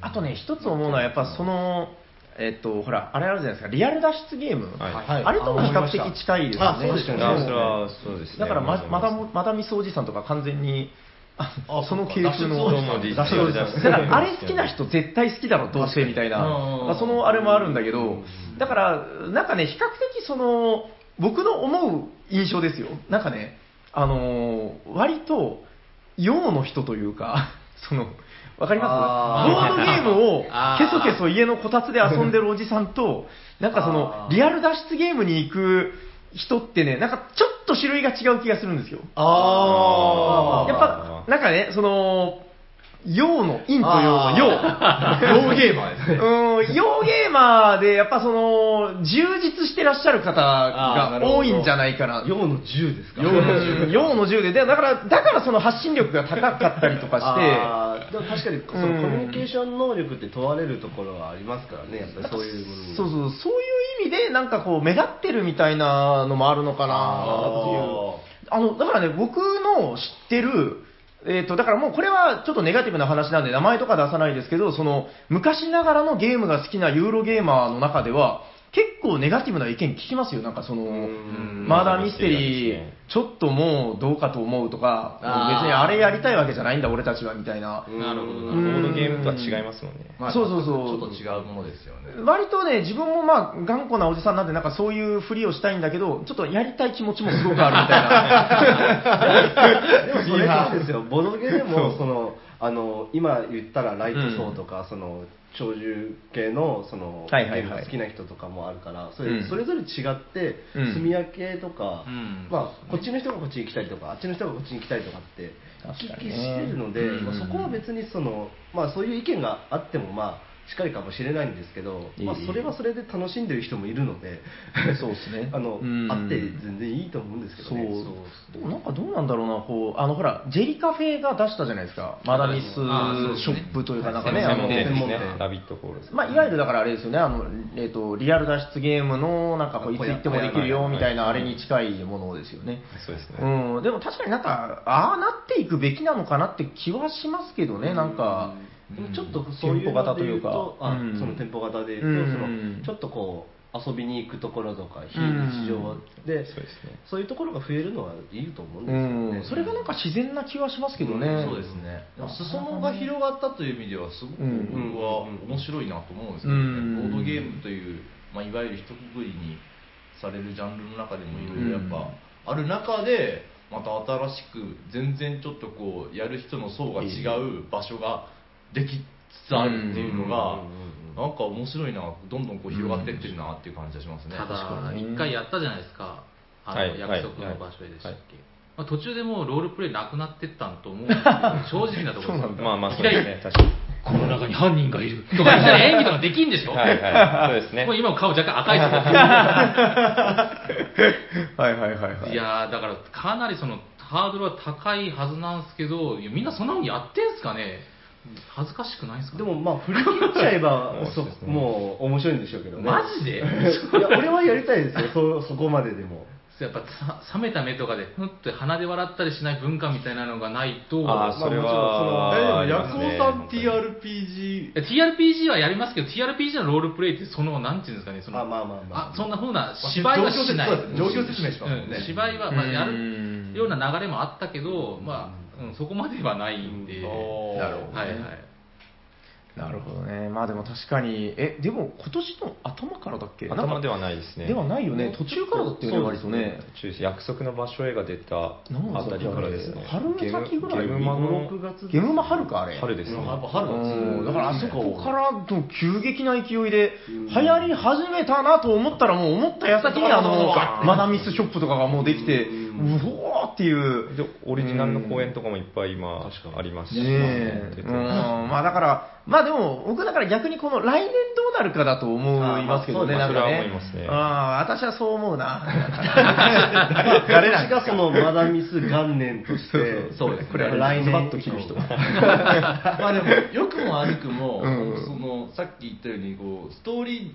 S2: あとね一つ思うのはやっぱそのえっとほらあれあるじゃないですかリアル脱出ゲーム、
S6: はい
S5: はい
S2: あれとも比較的近いですよね
S5: あそうですよね
S6: あそれはそうですね
S2: だからまま
S6: ま
S2: だ
S6: だ
S2: もまだみそおじさんとか完全にあ
S5: あ
S2: その
S5: そう
S2: 系
S5: か
S2: 譜の
S5: 脱出王子
S6: さん
S2: 脱出王子さん
S6: 脱出王子さん
S2: だからあれ好きな人絶対好きだろどうせみたいな
S5: 確かにうん
S2: まあそのあれもあるんだけどだからなんかね比較的その僕の思う印象ですよなんかねあのー割と洋の人というか *laughs* そのわかります
S1: あー
S2: ボードゲーム *laughs* を
S1: あ
S2: け
S1: ー
S2: そけそ家のこたつで遊んでるおじさん *laughs* となんかその
S3: あー
S2: リアル脱出ゲームに行く人ってね、なんかちょっと種類が違う気がするんですよ。
S5: あ
S6: ー
S2: やっぱ、なんかね、その、洋の、陰と
S5: あー
S2: 陽
S5: *laughs*
S2: の
S5: ローゲーマーですね
S2: 陽。うん、洋ゲーマーで、やっぱその、充実してらっしゃる方
S5: あーな
S2: が
S5: るほど
S2: 多いんじゃないかな。
S3: 用の銃ですか
S2: 洋の銃。洋の銃で、でだから、だからその発信力が高かったりとかして、
S3: あーでも確かにそのコミュニケーション能力って問われるところはありますからねやっぱりそういうものに
S2: そうそう、そういう意味で、なんかこう、目立ってるみたいなのもあるのかなっていう。あの、だからね、僕の知ってる、えっ、と、だからもうこれはちょっとネガティブな話なんで名前とか出さないですけど、その、昔ながらのゲームが好きなユーロゲーマーの中では、結構ネガティブな意見聞きますよ。なんかその、
S3: ん
S2: マーダーミステリ
S6: そうです
S2: ー
S6: ね、
S2: ちょっともうどうかと思うとか、
S1: あー
S2: 別にあれやりたいわけじゃないんだ俺たちはみたいな。
S1: なるほど
S6: ボ
S1: なる
S6: ードゲームとは違いますもんね
S5: まあ
S2: そうそうそう
S5: ちょっと違うものですよね
S2: 割とね、自分もまあ、頑固なおじさんなんで、なんかそういうふりをしたいんだけど、ちょっとやりたい気持ちもすごくあるみたいな。
S3: でもそれそうですよボドゲでもそのあの今言ったらライト層とか、その長寿系のその、
S6: はいはいはい
S3: ゲームが好きな人とかもあるからそれ,、
S6: うん
S3: それぞれ違って、
S6: うん
S3: 住み分けとか、
S1: うん
S3: まあ、こっちの人がこっちに来たりとかあっちの人がこっちに来たりとかって
S6: 確
S3: 行
S6: か
S3: き
S6: にね
S3: 来してるので、
S6: うん
S3: まあ、そこは別にその、まあ、そういう意見があってもまあしっかりかもしれないんですけど、まあ、それはそれで楽しんでる人もいるので
S2: そうですね
S3: *laughs* あの、
S2: うん
S3: あって全然いいと思うんですけど
S2: そう
S3: *laughs* ね。
S2: でもなんかどうなんだろうな、こうあのほら、ジェリカフェが出したじゃないですか、マダミス
S1: あーそうです
S2: ショ
S1: ね
S2: ップという
S3: は
S2: か、
S3: い
S2: なんかね、
S6: 専
S2: あの
S6: 門店です
S3: 専門
S6: ね
S3: 店。
S6: ラビットホールズ。
S2: まあ、いわゆるだからあれですよね、あのえっとリアル脱出ゲームのなんかこういつ
S3: 小屋
S2: 行ってもできるよみたいな、
S6: 小
S2: あれ
S6: 屋
S2: に近いものですよね。
S6: そうですね。
S2: うん、でも確かになんか、ああなっていくべきなのかなって気はしますけどね、なんか、
S3: でもちょっとそういう
S6: 店舗型
S3: の
S6: と
S3: で
S6: い
S3: 言う
S6: うか
S3: と、あ
S2: うん
S3: その店舗型で言うと、
S2: うん
S3: そのちょっとこう遊びに行くところとか非日常
S6: そう
S3: で、
S6: ですね。
S3: そういうところが増えるのはいいと思うんです
S2: う
S3: よ
S2: ん
S3: ね。
S2: それがなんか自然な気はしますけどね。
S5: そうですねでも裾野が広がったという意味ではすごく僕は面白いなと思うんですけどね、
S2: うん
S5: ボードゲームという、まあ、いわゆる一括りにされるジャンルの中でもいろいろやっぱある中でまた新しく全然ちょっとこうやる人の層が違う場所ができつつあるっていうのがなんか面白いなどんどんこう広がってってるなっていう感じがしますね
S1: ただ、
S6: に
S1: 一回やったじゃないですか、あ
S6: は
S1: の
S6: い
S1: 約束の場所でしたっ
S6: はい
S1: け。まあ途中でもうロールプレイなくなってったんと思うんですけ
S6: *laughs*
S1: ど、正直なところですよ
S6: まあまあ、
S1: い
S6: *laughs*
S1: き
S6: そう
S1: な
S6: で
S1: り
S6: すね。確かに。
S1: この中に犯人がいるとか言ったら演技とかできんでしょ
S6: はいはい。そうですね
S1: もう。今も顔若干赤いと
S6: *laughs*
S1: 思
S2: *laughs* はいはいはい
S1: っ
S2: は
S1: て
S2: い。
S1: いやーだからかなりそのハードルは高いはずなんですけどいやみんなそんなのやってんすかね恥ずかしくないんすか
S3: で
S1: ね
S3: もまあ振り切っちゃえば
S6: もう
S3: そ
S6: そうですね
S3: もう面白いんでしょうけどね。
S1: マジで
S3: いや俺はやりたいですよ。そそこまででも。
S1: やっぱさ冷めた目とかでふんって鼻で笑ったりしない文化みたいなのがないと
S6: ああ、それ
S3: ま
S6: は。
S1: い
S5: TRPG
S1: や TRPG はやりますけど TRPG のロールプレイってそのなんていうんですかねその
S3: まあまあまあまあ。
S1: あそんなふうな芝居はしない
S5: 状況説明状況説明しますもんね
S1: うん芝居はまあや
S6: うん
S1: るような流れもあったけど、まあうん、そこまではないんで、
S5: うんなるほどね
S1: はいはい
S2: なるほどね。まあでも確かに、え、でも今年の頭からだっけ
S6: 頭で
S2: は
S6: はないですね。
S2: ではないよね。途中からだったよね、割とね。
S6: 中止約束の場所へが出た
S2: なんだ
S6: あたりからですね。
S2: 春先ぐらい
S6: ゲームゲームマの
S3: 5 6月
S2: ゲームマ春か、あれ。
S6: 春ですね。
S5: やっぱ春が強い
S2: うんだからあそこからの急激な勢いで流行り始めたなと思ったらもう思った矢先にあのマダミスショップとかがもうできてうおーっていう
S6: でオリジナルの公演とかもいっぱい今ありますし、
S2: ねえ、
S6: 出
S2: うん
S6: てます
S2: まあだから、まあでも、僕だから逆にこの来年どうなるかだと思いますけどね、
S3: あーま
S2: なん
S6: あそう
S2: か
S6: ですねそれは思いますね
S2: あー私はそう思うな。 *laughs*
S3: 誰私がそのマダミス元年として、
S5: そうそうそうですね
S3: これは来年
S2: ズバッと切る人
S5: *laughs* まあでも良くも悪くも、
S2: うん
S5: そのさっき言ったようにこうストーリー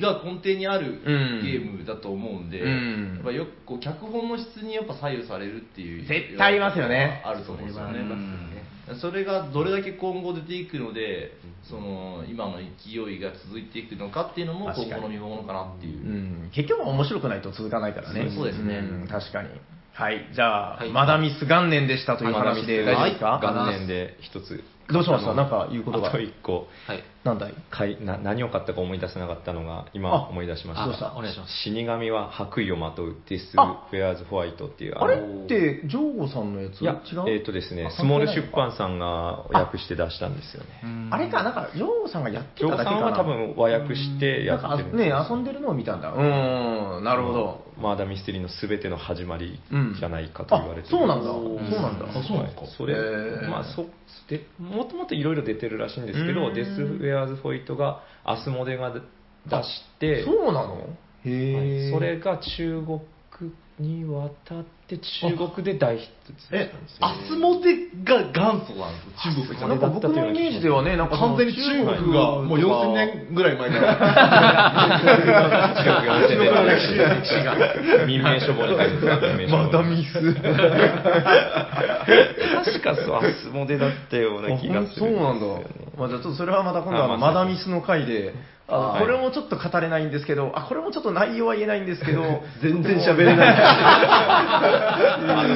S5: が根底にある
S2: うん
S5: ゲームだと思うんで、
S2: うん
S5: やっぱよくこう脚本の質にやっぱ左右されるっていう
S2: 絶対ありますよね
S5: あると思うんですよ
S1: う
S5: ね
S1: ん
S5: それがどれだけ今後出ていくのでその今の勢いが続いていくのかっていうのも
S2: 確
S5: 今
S2: かに
S5: 後の見ものかなっていうう、
S2: ん、結局は面白くないと続かないからね。
S5: そうですね
S2: ん確かに。はい、じゃあ、
S1: はい
S2: マダミス元年でしたという話で大丈夫ですか、
S6: 元年で一つ。
S2: どうしましたなんか言うことが
S6: あと一個。
S1: はい
S2: なんだい
S6: かいな何を買ったか思い出せなかったのが今思い出しました
S1: あお願いします
S6: 死神は白衣をまとうディス・
S2: あ
S6: フェアーズ・ホワイトっていう
S2: あ
S6: の
S2: れって、ジョーゴさんのやつ
S6: いや
S2: 違う、
S6: えっ、とですね
S2: あ
S6: スモール出版さんが訳して出したんですよね
S2: あれか、なんか、ジョーゴさんがやって
S6: ジョ
S2: た
S6: ー
S2: だけ
S6: さ
S2: か
S6: ん
S2: な。
S6: は多分和訳してや
S2: なん
S6: っ
S2: か
S6: てるんです
S2: ね、遊んでるのを見たんだ。うん、なるほど。
S6: マーダーミステリーの全ての始まり
S2: うん
S6: じゃないかと言われて
S2: あそうなんだ。
S6: だ
S2: そうなんだ。
S6: そうなんですかそれ
S2: へー
S6: まあそでもともといろいろ出てるらしいんですけ
S2: うー
S6: ど
S2: ん
S6: デス・フェアーズ・ホワイトがアスモデが出して
S2: そうなのへ
S6: はい
S2: え。
S6: それが中国に渡って中国で大ヒットしたんで
S5: え
S6: すよ
S5: ア
S6: ね
S5: スモデが元祖なんですよ中国じゃ
S2: な
S5: なんく
S2: か
S5: て
S2: 僕のイメージではね、なんかその
S5: 完全に中国がもう4000年ぐらい前から
S6: 中国が出て
S2: 中国の歴史が歴史が
S6: 民命処方で書いてた民命処
S2: マ
S6: 方
S2: ダミス。
S6: 確かそうアスモデだったような気がする
S2: そうなんだ
S6: ですよね。
S2: まあ、じゃあちょっとそれはまた今度は
S6: あまあ
S2: マダミスの回で、あ
S6: は
S2: の
S6: い
S2: これもちょっと語れないんですけど、あ、これもちょっと内容は言えないんですけど、
S3: 全然喋れな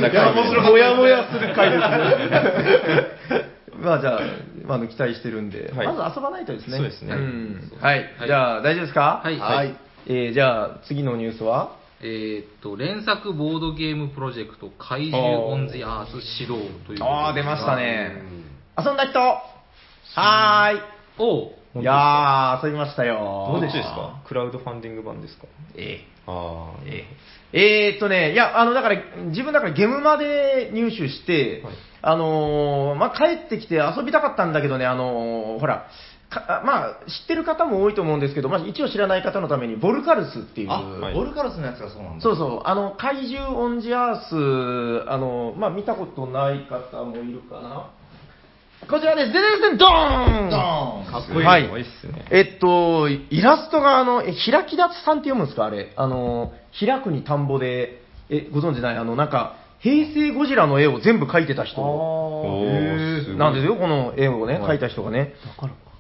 S3: い。
S6: いや面白
S2: もやもやする回ですね。 *laughs* まあじゃあ、まああの、期待してるんで、
S6: はい
S2: まず遊ばないとですね。
S6: そうですね
S2: んはい
S1: は。い
S2: じゃあ、大丈夫ですか
S1: はい
S2: えーじゃあ、次のニュースは
S1: えーっと連作ボードゲームプロジェクト怪獣オンズアース指導ということですが
S2: ああ、出ましたね。遊んだ人は
S1: おう
S2: ーいいやー、遊びましたよ。
S6: どっちですかクラウドファンディング版ですか
S2: ええ
S6: ああ、え
S2: えーっとね、いや、あの、だから、自分だからゲームまで入手して、
S6: はい
S2: あのーまあ、帰ってきて遊びたかったんだけどね、あのーほら、かまあ、知ってる方も多いと思うんですけど、まあ、一応知らない方のために、ボルカルスっていう、
S5: あ、
S6: はい
S5: ボルカラスのやつがそうなんだ
S2: そうそう、あの、怪獣オンジアース、あの、まあ、見たことない方もいるかな。こちらです。ででででドーン
S5: ドーン
S6: かっこいい
S2: はい
S6: かっこいいっすね
S2: えっと、イラストが、あの、え開き立さんって読むんですかあれ。あの、開くに田んぼで、え、ご存知ないあの、なんか、平成ゴジラの絵を全部描いてた人
S6: ーすごい
S2: なんですよ、この絵をね、描いた人がね。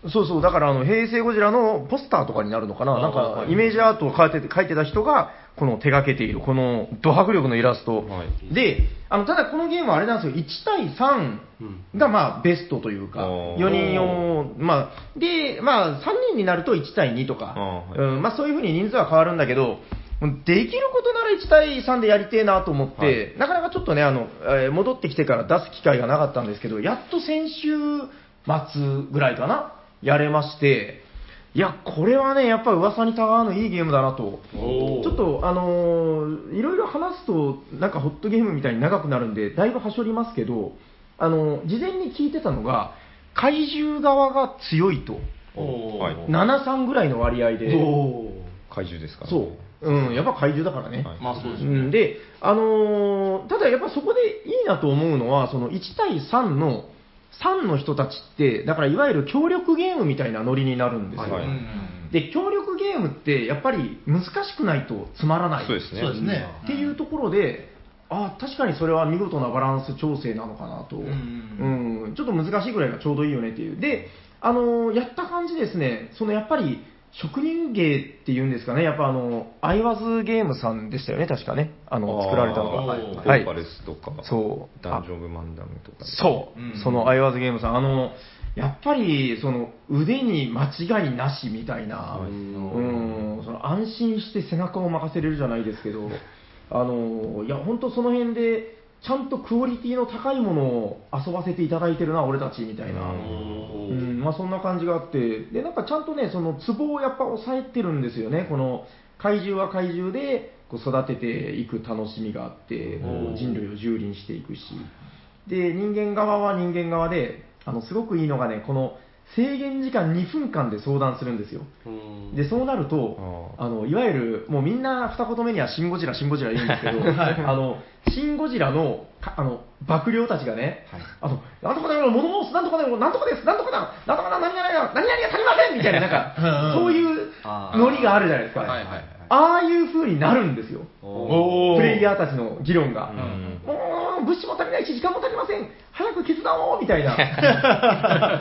S2: そうそう、だからあの平成ゴジラのポスターとかになるのかな、なんかイメージアートを描いて描いてた人が、この手がけている、このド迫力のイラスト、
S6: はい
S2: であのただこのゲームはあれなんですよ、1対3がまあベストというか、
S6: おー
S2: 4人用、まあでまあ、3人になると1対2とか、
S6: あー
S2: うんまあ、そういうふうに人数は変わるんだけど、できることなら1対3でやりてえなと思って、
S6: はい
S2: なかなかちょっとねあの、えー戻ってきてから出す機会がなかったんですけど、やっと先週末ぐらいかな、やれまして、いや、これはね、やっぱ噂にたがわぬいいゲームだなと、ちょっと、あのーいろいろ話すと、なんかホットゲームみたいに長くなるんで、だいぶはしょりますけど、あの事前に聞いてたのが、怪獣側が強いと、
S5: おー
S6: はい
S2: 7、3ぐらいの割合 *laughs* で。
S6: 怪獣ですからね、
S2: そう、うん、やっぱ怪獣だからね。
S6: はい
S5: まあそうで
S2: う
S5: すね、
S2: ん、で、あのーただやっぱそこでいいなと思うのは、その1対3の、3の人たちって、だからいわゆる協力ゲームみたいなノリになるんですよ。
S6: はい
S5: うん
S2: で、協力ゲームってやっぱり難しくないとつまらない。
S6: そうですね
S5: そうですね
S2: っていうところで、ああ、確かにそれは見事なバランス調整なのかなと、
S5: うん
S2: うんちょっと難しいぐらいがちょうどいいよねっていう、で、あのーやった感じですね、そのやっぱり職人芸っていうんですかね、やっぱあの、アイワズゲームさんでしたよね、確かね、あの
S6: あー
S2: 作られたのが。
S5: は
S6: はいい
S2: はい
S6: ボーカルスとか、
S2: そう
S6: ダンジョン・オブ・マンダムとか、
S2: そう、
S5: うん
S2: そのアイワズゲームさん、あのやっぱりその腕に間違いなしみたいな、
S6: はい
S2: うんその安心して背中を任せれるじゃないですけ
S5: *laughs*
S2: ど、あのいや本当その辺で、ちゃんとクオリティの高いものを遊ばせていただいてるな、俺たちみたいな。うんまあ、そんな感じがあって、でなんかちゃんとね、そのツボをやっぱ押さえてるんですよね、この怪獣は怪獣でこう育てていく楽しみがあって、こう人類を蹂躙していくし、で人間側は人間側で、あのすごくいいのがね、この制限時間2分間で相談するんですよ。でそうなると
S6: あ
S2: あの、いわゆるもうみんな二言目にはシン・ゴジラ、シン・ゴジラ言うんですけど、あのシン・ゴジラのかあの幕僚たちがね、あのなんとかだよ、物申す、なんとかだよ、なんとかです、なんとかだ、なんとかだ、何々だ、何々が足りませんみたいな、なんか、そういうノリがあるじゃないですか、
S1: はいはいはい
S2: ああいう風になるんですよ、
S5: おー
S2: プレイヤーたちの議論が。
S6: うん
S2: もう物資も足りないし、時間も足りません、早く決断をみたいな、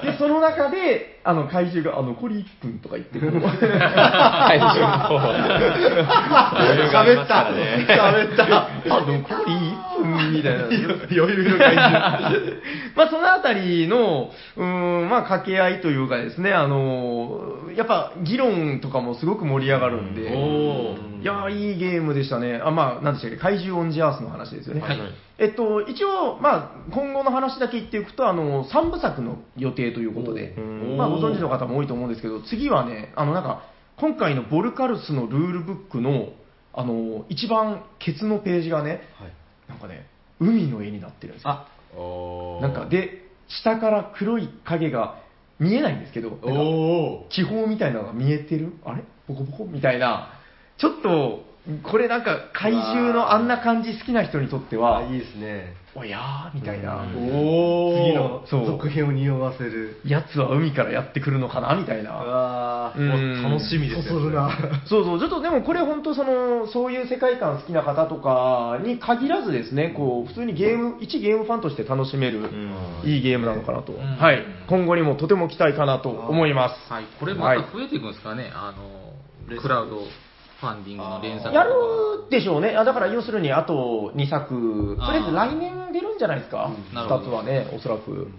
S2: でその中であの怪獣があ残り1分とか言ってこう
S6: 怪獣
S2: 喋った、
S6: ね
S2: 喋った、あ残り1分みたいな、
S5: *laughs*
S2: 余裕の怪獣。まあそのあたりの、うーん、まあ掛け合いというかですね、あのーやっぱ議論とかもすごく盛り上がるんで、いやーいいゲームでしたね。あ、まあ、なんでしたっけ、怪獣オンジアースの話ですよね。
S1: はい
S2: えっと、一応、まあ、今後の話だけ言っていくと、あの、3部作の予定ということで、
S6: うん
S2: まあ、ご存知の方も多いと思うんですけど、次はね、あの、なんか、今回のボルカルスのルールブックの、あの、一番ケツのページがね、なんかね、海の絵になってるんですよ。なんか、で、下から黒い影が見えないんですけど、なんか
S5: お
S2: 気泡みたいなのが見えてるあれボコボコみたいなちょっとこれなんか怪獣のあんな感じ好きな人にとっては
S3: あいいですね
S2: おやーみたいな、
S3: 次の
S2: そう
S3: 続編を匂わせる
S2: やつは海からやってくるのかなみたいな
S3: あ
S2: う
S5: ー
S2: ん
S5: 楽しみですね
S3: そそるな
S2: そうそうちょっとでもこれ本当そのそういう世界観好きな方とかに限らずですねこう普通にゲーム一ゲームファンとして楽しめる、
S6: ん
S2: いいゲームなのかなと、
S1: ん
S2: はい今後にもとても期待かなと思います
S1: はい、これま
S2: は
S1: た
S2: い
S1: 増えていくんですかね、あのクラウドファンディングの連作とか
S2: やるでしょうね、あだから要するにあと2作、
S1: あー
S2: とりあえず来年出るんじゃないですか、
S1: なるほど
S2: 2つはね、おそらく。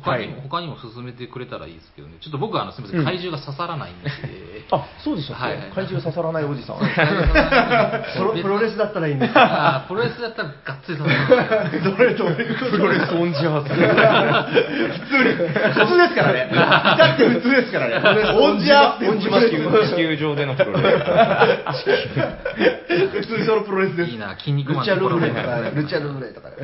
S1: 他にも、
S2: はい
S1: 他にも進めてくれたらいいですけどね、ちょっと僕はあのすみません、怪獣が刺さらないんで、
S2: *laughs* あ、そうでしたっけ、
S1: はいはい
S2: 怪獣刺さらないおじさん。
S3: プロプロレスだったらいいんですけど
S1: あープロレスだったらがっつり刺さる。
S2: どれどれプロレスオンジャーズ。
S5: 普通ですからね。だって普通で
S2: *laughs*
S5: すからね。オンジャーって
S6: 地球地球上でのプロレス。
S5: 普通にそのプロレスです。
S1: いいな、筋肉
S3: ル
S1: マン
S3: チャ
S1: の
S3: ル
S1: 心
S3: ブ
S1: も
S3: レ
S1: 入
S3: と
S1: る
S3: か、ルチャルブレとかね。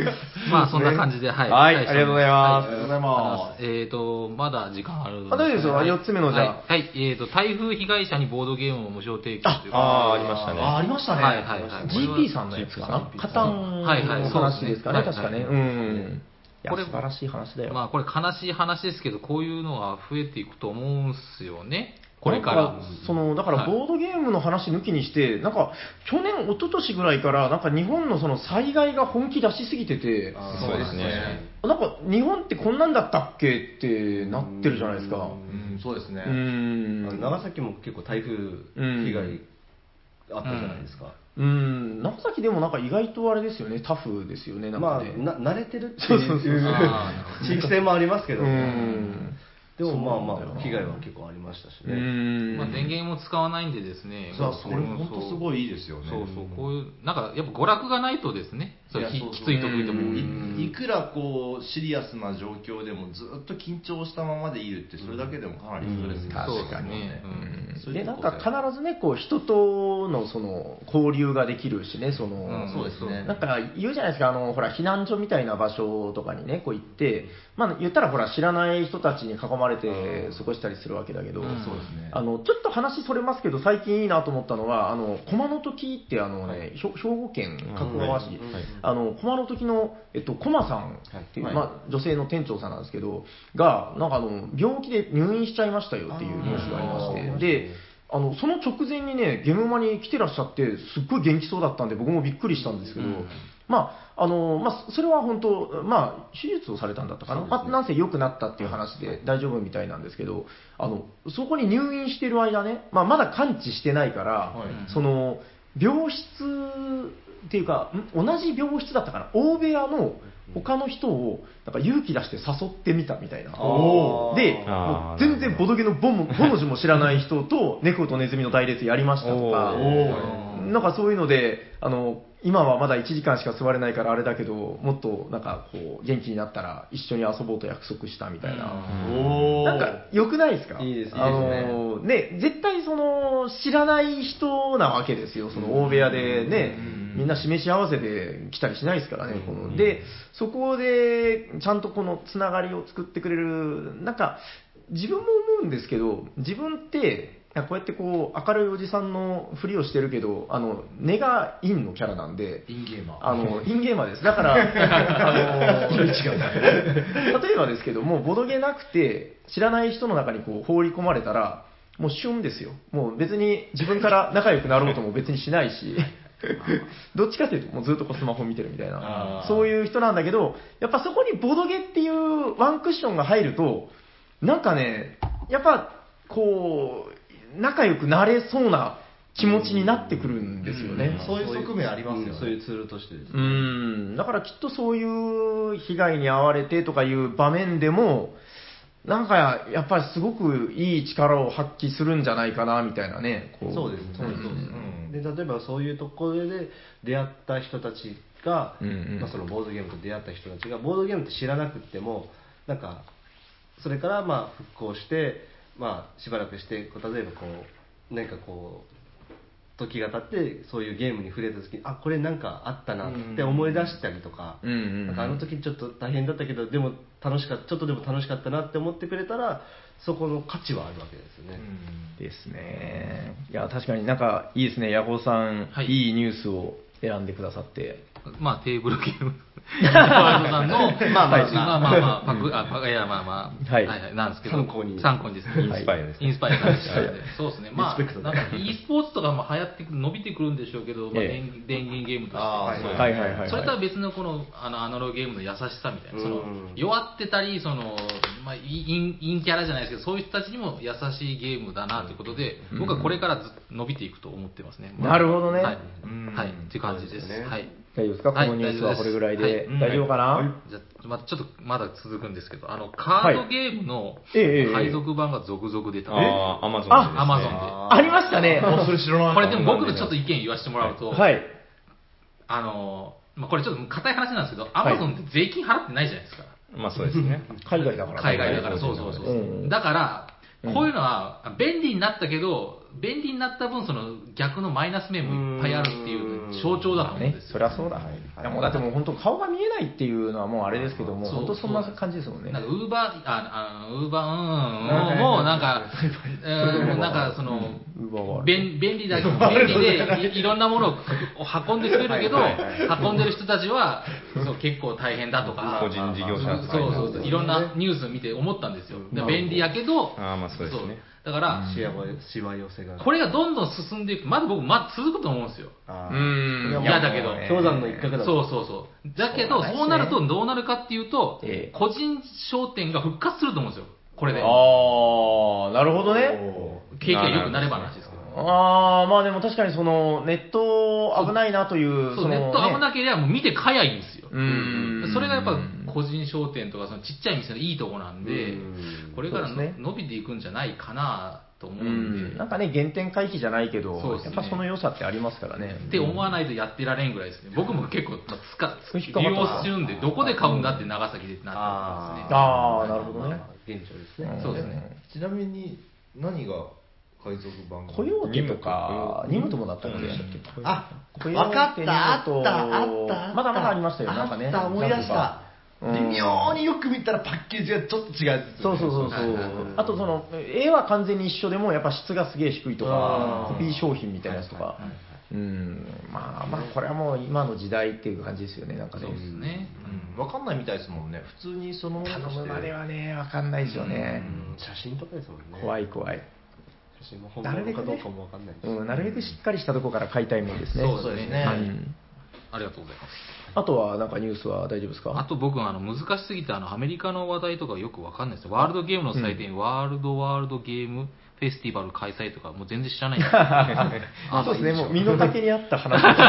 S1: *laughs* まあそんな感じで、はい。
S6: はい、あ
S1: 期待し
S6: りが
S1: て
S6: とうございます。
S5: りがとうござい
S1: ます。えーと、まだ時間あるの
S2: あ大丈夫ですよ
S1: はい
S2: 四つ目のじゃあ
S1: はい、はいえーと、台風被害者にボードゲームを無償提供という
S6: ああー、ありましたね。
S5: あ、ありましたね。
S1: はいはいはい
S2: GP さんのやつかな
S6: GP
S2: カタンの
S1: はいはいそうです
S2: 話
S1: ね
S2: ですかね、
S1: はいはい
S2: 確かね。うん。いや、
S1: これ
S2: 素晴らしい話だよ。
S1: まあこれ悲しい話ですけど、こういうのが増えていくと思うんすよね。これから。
S2: なんそのだか
S1: は
S2: ら
S1: い
S2: ボードゲームの話抜きにして、なんか去年、一昨年ぐらいから、なんか日本のその災害が本気出しすぎてて、
S3: あ
S6: そうですね。
S2: なんか日本ってこんなんだったっけってなってるじゃないですか。
S3: う
S5: うん、そうですね
S2: う。ん。
S3: 長崎も結構台風被害あったじゃないですか。
S2: うん。長崎でもなんか意外とあれですよね、タフですよね、なん
S3: ま
S2: か
S3: あ、
S2: ね。
S3: な慣れてるって
S2: そうそうそう
S3: いう
S1: あーなるほ
S3: *laughs* 地域性もありますけど、
S2: うん
S3: でもまあ
S2: そうなんだよ
S3: ま
S2: な
S3: あ、被害は結構ありましたし
S2: う
S3: ね。
S2: ん。
S1: まあ、電源も使わないんでですね、
S5: さあ、
S1: まあ
S5: それも本当す
S1: い
S5: ごいいいですよね。
S1: そうそう、こういう、なんかやっぱ娯楽がないとですね、そういう
S5: いやそうそう
S1: ききつい得意と
S2: う
S1: も、
S2: ん
S5: いいくらこうシリアスな状況でもずっと緊張したままでいるってそれだけでもかなりストレスになる
S1: そう
S5: と
S1: です
S5: 思うの
S1: ね。うん
S5: そうい
S2: で
S5: うと
S2: なん
S5: こ
S2: か必ずね、こう人とのその交流ができるしね、その、
S1: うん
S5: そうですね
S2: なんか言うじゃないですか、あのほら避難所みたいな場所とかにね、こう行って、まあ、言ったらほら知らない人たちに囲まれて過ごしたりするわけだけど、
S1: うん
S5: そうですね
S2: あのちょっと話それますけど、最近いいなと思ったのは、あの駒の時ってあの、ねひょ兵庫県加古川市、あの駒の時の、えっと、駒さんっていう、
S5: はい
S2: まあ、女性の店長さんなんですけど、が、なんかあの病気で入院しちゃいましたよっていうニュースがありまして、であのその直前にね、ゲームマに来てらっしゃって、すっごい元気そうだったんで、僕もびっくりしたんですけど、
S1: うん
S2: まああのまあ、それは本当、まあ、手術をされたんだったかな、
S5: そうですね
S2: まあ、なんせ良くなったっていう話で大丈夫みたいなんですけど、あのそこに入院してる間ね、まあ、まだ完治してないから、
S5: はい
S2: その病室っていうか、ん同じ病室だったかな、大部屋の他の人をなんか勇気出して誘ってみたみたいな。
S5: おー
S2: で、もう
S6: あー
S2: 全然ボドゲのボもボの字も知らない人と、猫とネズミの大列やりましたとか、なんかそういうので、あの今はまだ1時間しか座れないからあれだけど、もっとなんかこう元気になったら一緒に遊ぼうと約束したみたいな、
S5: おお
S2: なんか良くないですか
S3: いいですね
S2: あのね、絶対その知らない人なわけですよ、その大部屋でね、みんな示し合わせで来たりしないですからね、こので、そこでちゃんとこのつながりを作ってくれる、なんか自分も思うんですけど、自分って、こうやってこう明るいおじさんのふりをしてるけど、あの根が陰のキャラなんで、
S5: インゲーマー
S2: あの、インゲーマーです。だ
S3: *laughs*
S2: から、あの、 *laughs* 例えばですけども、ボドゲなくて、知らない人の中にこう放り込まれたら、もう旬ですよ。もう別に自分から仲良くなろうとも別にしない
S5: *laughs*
S2: し、どっちかというと、もうずっとこうスマホ見てるみたい
S5: あ
S2: な、
S5: ー
S2: そういう人なんだけど、やっぱそこにボドゲっていうワンクッションが入ると、なんかね、やっぱこう、仲良くなれそうな気持ちになってくるんですよね。
S5: そういう側面ありますよね
S3: うんそういうツールとしてです
S2: う。ん、だからきっとそういう被害に遭われてとかいう場面でも、なんかやっぱりすごくいい力を発揮するんじゃないかなみたいなね、こ
S3: そうです、そうですそうです
S5: うん
S3: で例えばそういうところで出会った人たちが、
S2: うんうん
S3: まあ、そのボードゲームと出会った人たちがボードゲームって知らなくってもなんかそれからまあ復興して、まあ、しばらくしてこう例えばこうなんかこう時が経ってそういうゲームに触れた時にあこれなんかあったなって思い出したりとか,、
S2: うんうん
S3: なんかあの時ちょっと大変だったけどでも楽しかちょっとでも楽しかったなって思ってくれたらそこの価値はあるわけですよね。
S2: ですね。いや、確かになんかいいですね、ヤコウさん、、
S1: はいい
S2: いニュースを選んでくださって。
S1: まあテーブルゲーム、ワールドさんの、まあまあまあまあまあ、パク、あ、パク、いやまあまあ、
S2: はい
S1: なんですけど、
S3: 参考に
S1: 参考にですね。
S6: インスパイアですね
S1: インスパイアになるんでそうですね。まあ、
S3: リスペクト
S1: な
S3: で
S1: んか e スポーツとかも流行ってくる、伸びてくるんでしょうけど、まあ、
S2: え
S1: 電電源ゲームとして。
S5: あーそうですね
S2: はいはいはい、はい。
S1: それとは別のこのあのアナログゲームの優しさみたいな、その
S3: うん
S1: 弱ってたり、そのまあ、陰陰キャラじゃないですけど、そういう人たちにも優しいゲームだなということで、僕はこれからずっと伸びていくと思ってますね。
S2: なるほどね
S1: はい、
S5: うん
S1: はい、っていう感じです。
S3: そうですね
S1: はい
S2: 大丈夫ですか、
S1: はい
S2: このニュースはこれぐらいで。
S1: 大丈夫
S5: ですはい
S2: 大丈夫かな、
S1: じゃあまたちょっとまだ続くんですけど、あの、カードゲームの
S2: ええええ
S1: 配属版が続々出た。
S6: ああ、アマゾン
S2: あ
S1: アマゾンで。
S2: ありましたね。
S5: それ知らない
S1: これでも僕のちょっと意見言わせてもらうと、
S2: はい。
S1: あの、まあ、これちょっと硬い話なんですけど、アマゾンって税金払ってないじゃないですか。
S6: まあそうですね。
S2: 海外だから。
S1: 海外だから、そうそうそう。
S2: うん
S1: だから、
S2: ん
S1: こういうのは便利になったけど、便利になった分、その逆のマイナス面もいっぱいあるっていう象徴だと思うん
S2: ね
S1: で、す
S2: そ
S1: よ。
S2: りゃそうだ。いやもうだってもう本当顔が見えないっていうのはもうあれですけども、
S1: そう
S2: 本当そんな感じですもんね
S1: なん。かウーバー、あ、あウーバー、うん、もうなん
S2: *laughs*
S1: か、うん、なんかその、便便利だけど、便利でいいろんなものを運んでくれるけど、運んでる人たちはそう結構大変だとか、
S6: 個人事業者扱い
S1: そうそうそう、いろんなニュースを見て思ったんですよ。で便利やけど、
S6: ああまあそうですね
S1: そうだから、
S3: しわしわ寄せが
S1: これがどんどん進んでいく、まだ僕、まだ続くと思うんですよ。
S3: あ
S6: う
S3: ー
S6: ん。
S1: 嫌だけど。
S3: 氷山の一角だ
S1: そうそうそう。だけ
S2: そ
S1: ど、
S2: うなんですね
S1: そうなるとどうなるかっていうと
S2: ええ、
S1: 個人商店が復活すると思うんですよ。これで。
S2: ああ、なるほどね。
S1: 景気が良くなればの話ですけど。
S2: ああ、まあでも確かにその、ネット危ないなという、
S1: そう、ネット危な
S2: く
S1: ければもう見てかやいんですよ。
S2: うん。
S1: それがやっぱ個人商店とかそのちっちゃい店のいいとこなんで、これから
S2: そ
S1: の
S2: うですね
S1: 伸びていくんじゃないかなと思
S2: う
S1: うん
S2: ん
S1: で、
S2: なんかね、原点回帰じゃないけど、
S1: そうです
S2: や
S1: ね
S2: っぱその良さってありますからね。
S1: って思わないとやってられんぐらいですね。僕も結構、まあ使っ
S2: そう引っかか
S1: 利
S2: った
S1: 用してるんで、どこで買うんだって長崎でってなってま
S2: ああ、なるほどね。
S3: 現状ですね
S1: そうですね。
S5: ちなみに何が海賊版
S2: コヨーテとか、ニムトもだったんでしたっけ
S7: あ
S2: コヨ
S7: わか
S2: ー
S7: っ
S2: テニム
S7: たあっ
S2: ト
S7: たあったあった
S2: まだまだありましたよ、なんかね。
S7: あった思い出した
S2: ジャンプが。うん
S5: 微妙によく見たらパッケージがちょっと違うやつ
S2: そうそうそうそう。あとその、絵は完全に一緒でも、やっぱ質がすげえ低いとか、コピー商品みたいなやつとか。うん、まあまあ、これはもう今の時代っていう感じですよね、なんかね。
S1: すね。ね。
S5: うんわかんないみたいですもんね普通にその
S2: 頼むまではね、わかんないですよね。
S3: 写真とかですもんね
S2: 怖い怖い。
S3: 写真も本
S2: なるべ
S3: 物
S2: くね
S3: かどうかもわかんないです
S2: うん、なるべくしっかりしたとこから買いたいもんですね。
S1: そうですね。
S2: は
S1: はいいありがとうございます。
S2: あとは、なんかニュースは大丈夫ですか
S1: あと僕、あの、難しすぎて、あの、アメリカの話題とかよくわかんないですよ。ワールドゲームの祭典、ワールドワールドゲームフェスティバル開催とか、もう全然知らないんですよ
S2: *laughs*
S1: あ
S2: そうですね、
S1: まあ
S2: もう身の丈に合った *laughs* 話ですね。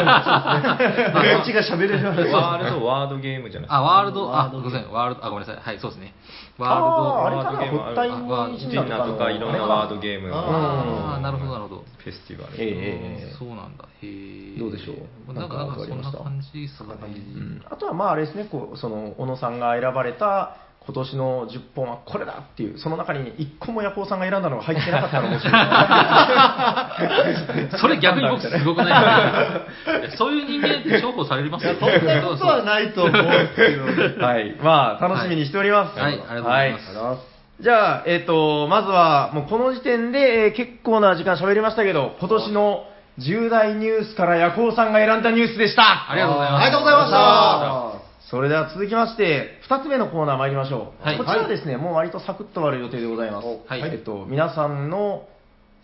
S3: こっちが喋れる
S6: ワールドワードゲームじゃない
S1: あ、ワールド、あ、ごめんなさい、ワールド、あ、ごめんなさい、はい、そうですね。
S2: あ
S1: ワールド、
S2: ーあれかな、物
S6: ワールド
S2: 体
S6: ゲ
S1: ーム
S2: の
S6: ジンナとかいろんなワードゲームの
S1: ああ、なるほど、なるほど。
S6: フェスティバル。
S2: えええええ
S1: そうなんだ。へえ。
S2: どうでしょう
S1: なんか、
S2: な
S1: なんん
S2: か
S1: か
S2: 変わり
S1: そん
S2: まし
S1: な
S2: た
S1: 感じですかね。
S2: えうんあとはまああれですね、こうその小野さんが選ばれた今年の10本はこれだっていう、その中に1個もヤコウさんが選んだのが入ってなかったのも面白
S1: それ逆に僕すごくない
S2: *laughs*
S1: ですかいやそういう人間って重宝されますよ。そうそうそう。
S3: ないと思うんですけ *laughs*
S1: *laughs*
S2: い。
S3: ど
S2: はい、まあ楽しみにしております。
S1: はいはいありがとうございます
S2: はじゃあ、えっ、と、まずは、もうこの時点で、えー結構な時間喋りましたけど、今年の重大ニュースからヤコウさんが選んだニュースでした。
S1: ありがとうございます。
S2: ありがとうございました。
S3: あ
S2: それでは続きまして、2つ目のコーナー参りましょう。
S1: はい
S2: こちらはですね、もう割とサクッと終わる予定でございます。
S1: はい
S2: えっと、皆さんの、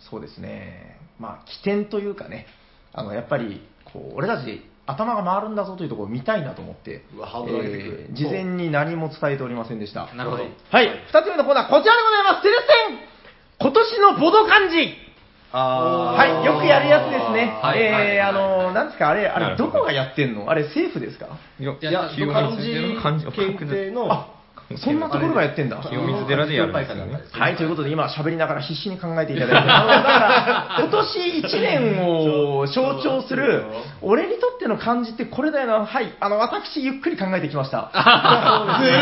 S2: そうですね、まあ、起点というかね、あの、やっぱり、こう、俺たち頭が回るんだぞというところを見たいなと思って、
S5: うわハードル上げてくる
S2: えー事前に何も伝えておりませんでした。
S1: なるほど。
S2: はい、2つ目のコーナー、こちらでございます。テレセン今年のボド漢字
S3: あ
S2: はい、よくやるやつですね。
S1: はいはい
S2: えー、あの、なんですか、あれ、あ
S6: な
S2: れ、
S6: るほ
S2: ど
S6: ど
S2: こがやってんのあれ、政府ですか
S6: いや、
S1: いや
S6: 清
S3: 漢
S6: 水寺の
S3: 字
S6: 漢字を書く
S3: 検定の
S2: そんなところがやってんだ。
S6: 清水寺でやるんですよね。
S2: はい、ということで今喋りながら必死に考えてい *laughs* ただいて、あのだから今年1年を象徴する、俺にとっての漢字ってこれだよな、はい、あの私、ゆっくり考えてきました。 *laughs* ずるい、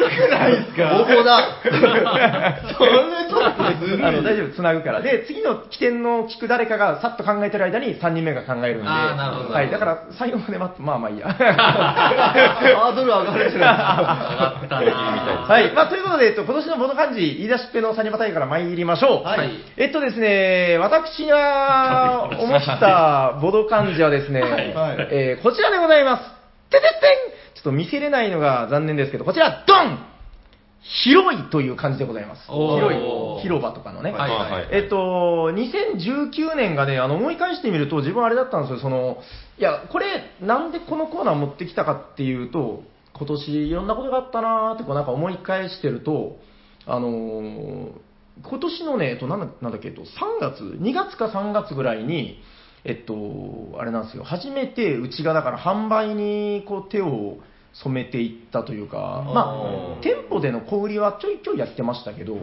S2: ずるくないですか、応募だ、それちょっとずるいあの大丈夫、つなぐから、で次の起点の聞く誰かがさっと考えてる間に3人目が考えるんで、
S1: あーなるほど
S2: はい、だから最後まで待って、まあまあいいや。
S3: ハードル上がるじゃない
S1: 上がったなぁ。
S2: はい。まあ、ということで、えっと、今年のボド漢字、言い出しっぺのサニバタイから参りましょう。
S1: はい
S2: えっとですね、私が思ったボド漢字はですね、
S5: はい
S2: えーこちらでございます。ててってんちょっと見せれないのが残念ですけど、こちら、ドン広いという漢字でございます。
S1: おー
S2: 広い。広場とかのね。
S1: はいはい
S6: はい
S2: えっと、2019年がね、あの思い返してみると、自分あれだったんですよ、その、いや、これ、なんでこのコーナー持ってきたかっていうと、今年いろんなことがあったなーって、こうなんか思い返してると、あのー今年のね、えっと、なんだなんだっけ、えっと、3月、2月か3月ぐらいに、えっと、あれなんですよ、初めてうちがだから販売にこう手を染めていったというか、まあ、店舗での小売りはちょいちょいやってましたけど、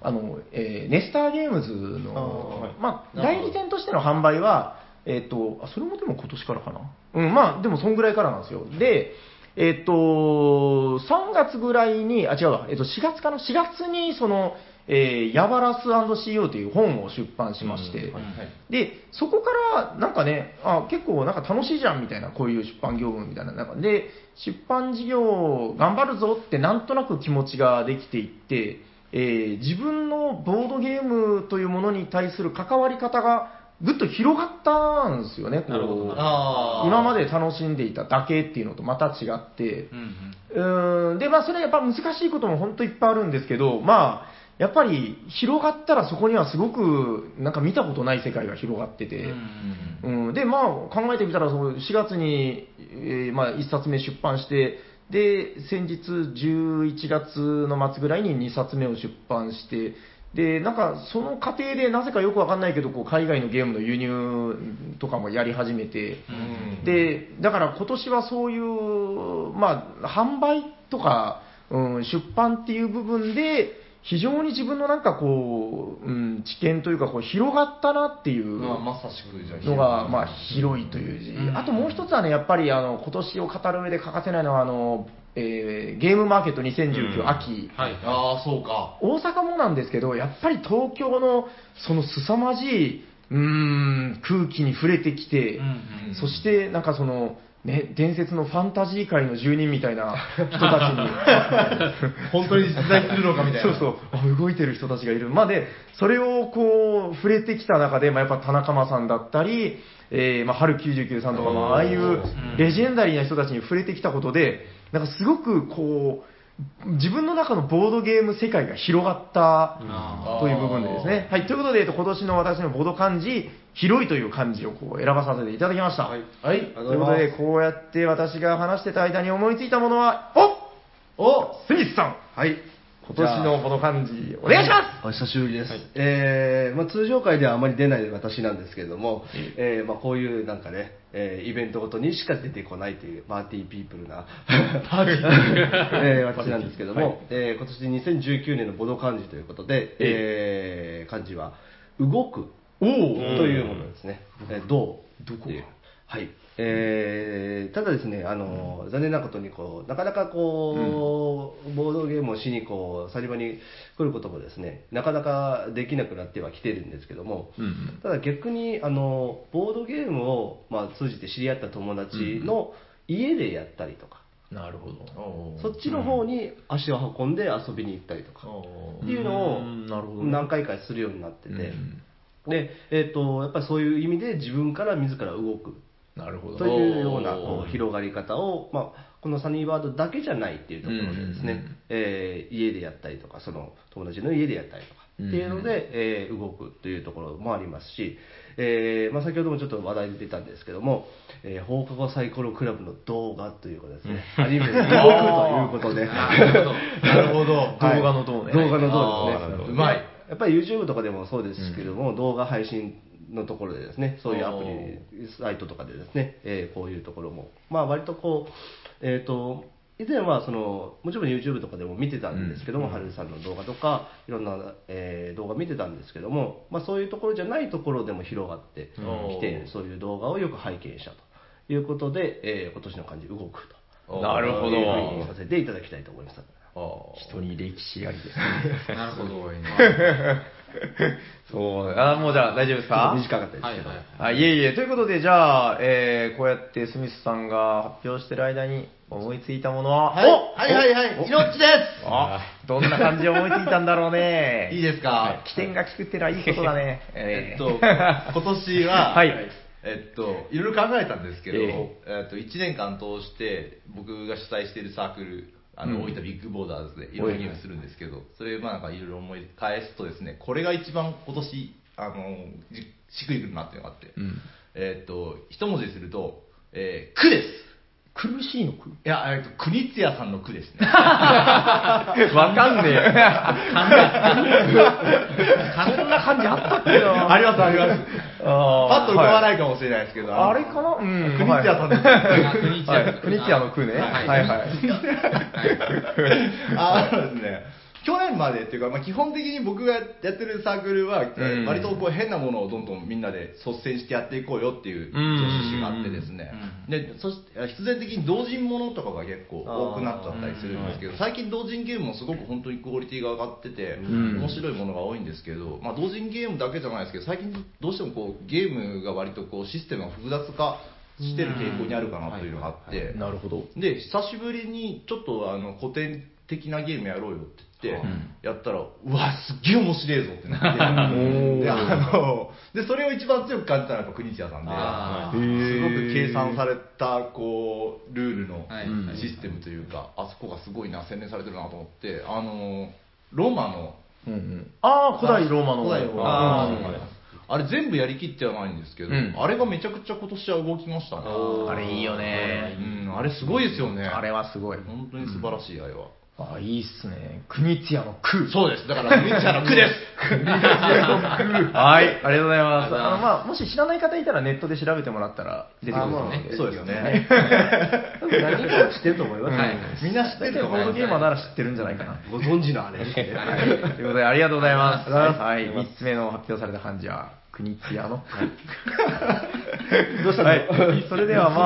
S2: あのえーネスターゲームズの、まあ、代理店としての販売は、えっと、あそれもでも今年からかな、うん、まあ、でもそんぐらいからなんですよ。でえっと、3月ぐらいに、あ、違うわ、えっと、4月かな ?4 月に、その、えー、ヤバラス &CO という本を出版しまして、で、そこから、なんかね、あ、結構なんか楽しいじゃんみたいな、こういう出版業務みたいな、なんか、で、出版事業頑張るぞってなんとなく気持ちができていって、えー自分のボードゲームというものに対する関わり方が、ぐっと広がったんですよね、こう。
S1: なるほど
S5: あー
S2: 今まで楽しんでいただけっていうのとまた違って、
S1: うんうん
S2: うーん、で、まあ、それやっぱ難しいことも本当いっぱいあるんですけど、まあ、やっぱり広がったらそこにはすごくなんか見たことない世界が広がってて、
S1: うん
S2: うん、で、まあ、考えてみたら、その4月に、えーまあ、1冊目出版して、で、先日11月の末ぐらいに2冊目を出版して、で、なんか、その過程でなぜかよくわかんないけど、こう、海外のゲームの輸入とかもやり始めて、で、だから今年はそういう、まあ、販売とか、うん、出版っていう部分で、非常に自分のなんかこう、うん、知見というかこう広がったなっていう、
S5: まあまさしくじゃ
S2: のが、まあ、広いという字、
S1: うん
S2: あともう一つはね、やっぱりあの今年を語る上で欠かせないのはあの、えーゲームマーケット2019、
S6: うん
S2: 秋、
S1: はいはい
S5: ああそうか
S2: 大阪もなんですけど、やっぱり東京のその凄まじい、うーん、空気に触れてきて、
S1: うんうん
S2: そしてなんかその、ね、伝説のファンタジー界の住人みたいな人たちに
S5: 本当に実在するのかみたいな
S2: *laughs* そうそうあ動いてる人たちがいるまあでそれをこう触れてきた中で、まあ、やっぱ田中間さんだったり、えーまあ、春99さんとか、まあ、ああいうレジェンダリーな人たちに触れてきたことでなんかすごくこう自分の中のボードゲーム世界が広がった
S1: あ
S2: という部分でですね。はい、ということで、えっと今年の私のボード漢字、広いという漢字をこう選ばさせていただきました。はい。
S5: はい
S2: ということで、こうやって私が話してた間に思いついたものは、おおスミスさん
S3: はい
S2: 今年のボード漢字、お願いしま
S3: お久しぶりです、えーまあ、通常会ではあまり出ない私なんですけれども、えーまあ、こういうなんかね、えーイベントごとにしか出てこないというパーティーピープルな *laughs* えー私なんですけども、えー今年2019年のボド漢字ということで、えー漢字は「動く」というものですね「えーどう」どこはいえーただですね、あの残念なことにこう、なかなかこう、ボードゲームをしにこう、サリバに来ることもですね、なかなかできなくなってはきてるんですけども、ただ逆にあの、ボードゲームを、まあ、通じて知り合った友達の家でやったりとか、
S2: すなるほど。
S5: おー
S3: そっちの方に足を運んで遊びに行ったりとか、
S5: お
S3: っていうのを
S2: うんなるほどね
S3: 何回かするようになってて、で、えっ、と、やっぱりそういう意味で自分から自ら動く
S2: なるほ
S3: というような
S5: おー
S3: こう広がり方を、まあ、このサニーバードだけじゃないっていうところでですね、
S2: うんうんうん
S3: えー家でやったりとかその友達の家でやったりとかっていうので、えー動くというところもありますし、えーまあ、先ほどもちょっと話題に出たんですけども、えー放課後サイコロクラブの動画ということですね、アニメで動くということ
S2: *laughs*
S5: ー
S3: で。
S5: なるほど
S3: はい
S2: 動画の動ね
S3: 動画の
S5: あーな
S3: 動
S5: るほど
S3: ですね。
S5: うまい。
S3: やっぱり YouTube とかでもそうですけども、動画配信のところでですね、そういうアプリ、サイトとかでですね、えーこういうところも、まあ割とこう、えっ、と、以前はその、もちろん YouTube とかでも見てたんですけども、はる、さんの動画とか、いろんな、えー動画見てたんですけども、まあそういうところじゃないところでも広がってきている、そういう動画をよく拝見したということで、えー今年の漢字動くと。
S5: なるほど
S3: いうふうにさせていただきたいと思います。
S2: 人に歴史ありです。
S1: なるほ
S2: *laughs*
S1: ど。はい
S2: そう、あー、もうじゃあ大丈夫ですか
S3: 短かったです
S1: は
S3: け
S1: い
S3: ど。。
S2: あいえいえ、ということで、じゃあ、えーこうやってスミスさんが発表してる間に思いついたものは、
S5: はい
S2: お
S5: はいはいはいいのっちで。
S2: あどんな感じを思いつ *laughs* いたんだろうね
S5: すいいですか
S2: 起点が効くってのはいいことだね。
S5: え
S2: え
S5: っ
S2: ー *laughs*
S5: と、今年は、
S2: はい
S5: えっと、いろいろ考えたんですけど、
S2: え
S5: えっと、1年間通して、僕が主催しているサークル、あの、大分ビッグボーダーズでいろいろゲームするんですけど、それ、まあなんかいろいろ思い返すとですね、これが一番今年、あの、じしくりくるなっていうのがあって、えっと、一文字にすると、えー、苦です
S2: 苦しいの苦
S5: いや、えっと、国津屋さんの苦です
S2: *laughs*
S5: ね。
S2: わかんねえ。
S1: そんな
S2: 感じあったっけな。
S5: ありますあり
S2: *laughs*
S5: ます。パッと浮かばないかもしれないですけど。
S2: あれかなうん。
S5: 国津屋さん
S2: はい
S5: です
S1: 国
S2: はい国津屋の空ね。
S1: はい
S2: はいはい。
S5: *laughs* あのですね、去年までっていうか、まあ、基本的に僕がやってるサークルは、
S8: ん
S5: 割とこう変なものをどんどんみんなで率先してやっていこうよっていう
S8: うん
S5: 趣旨があってですね
S1: う、
S5: でそして必然的に同人ものとかが結構多くなっちゃったりするんですけど、最近同人ゲームもすごく本当にクオリティが上がってて、
S8: ん
S5: 面白いものが多いんですけど、まあ、同人ゲームだけじゃないですけど、最近どうしてもこうゲームが割とこうシステムが複雑化してる傾向にあるかなというのがあって、
S8: なるほど。
S5: で久しぶりにちょっとあの古典的なゲームやろうよって言って、やったらうわすっげえ面白いぞってなってであのでそれを一番強く感じたのはやっぱ国津屋さん
S1: あ
S5: で
S1: ー
S5: すごく計算されたこうルールの
S1: はい
S5: システムというか、あそこがすごいな洗練されてるなと思ってあのローマの
S8: ああ、古代ローマの。
S5: 古代ローマ
S8: あ
S5: のあれ全部やりきってはないんですけど、
S8: ん
S5: あれがめちゃくちゃ今年は動きましたね
S2: あれいいよね。
S5: うんあれすごいですよね
S2: あれはすごい。
S5: 本当に素晴らしいあれは、
S2: あ、いいっすね。国津屋の空。
S5: そうです。だから、ミッチャーの句です。
S2: はい、ありがとうございます。あの、まあ、もし知らない方いたらネットで調べてもらったら出てくると思うんで。
S5: そうですね。
S3: 多分何人かは知ってると思いますよ、
S1: はい
S2: みんな知ってるボードゲーマーなら知ってるんじゃないかな。
S3: ご存知のあれですね。
S2: はいということで、ありがとうございます。はい、3つ目の発表された漢字は、国津屋の。 *laughs* どうしたの、
S6: *laughs*
S2: はい、それではま
S6: お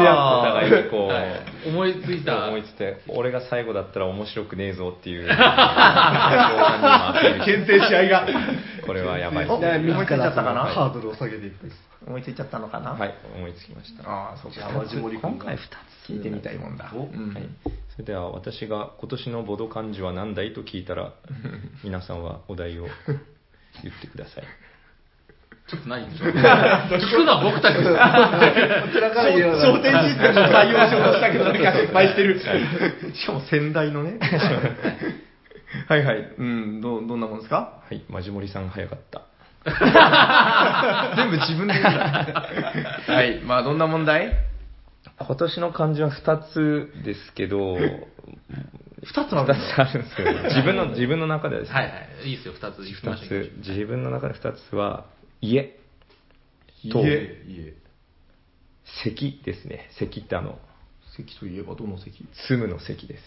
S2: あ、
S6: 互いにこ、
S1: はい思いついうた。
S6: 思いついて、俺が最後だったら面白くねえぞっていう、 *laughs* 牽制試合が。これはやばい。
S2: お
S6: は
S3: 自ら
S2: 思いついちゃったかな
S3: ハードルを下げていったんです。
S2: 思いついちゃったのかな、
S6: い、思いつきました。
S2: ああ、そうか。
S3: 淡路森君
S2: 今
S3: が
S2: 回2つ聞いてみたいもんだ。うん
S6: はい、それでは私が今年のボド漢字は何だいと聞いた *laughs* ら皆さんはお題を言ってください *laughs*
S1: ちょっと何聞くのは僕たちです。
S3: こちらから言えば
S2: 商店システムの対応しようとしたけど、なんか失敗してる。しかも先代のね。はいはい。うん、ど、どんなもんですか
S6: *laughs* はいマジモリさん早かった
S2: 全部自分で言うんだはい。まあ、どんな問題
S6: 今年の漢字は2つですけ *laughs* ど
S2: ?2 つ
S6: 2
S2: の
S6: つあるんですけど *laughs* 自分の自分の中ではです
S1: はい
S6: ね、
S1: はい。いいですよ、二つ。行き
S6: 二
S1: ましょう。
S6: つ自分の中で2つは家と
S5: いえ、いえ。
S6: 石ですね石ってあの
S2: 席といえばどの席
S6: 住むの石です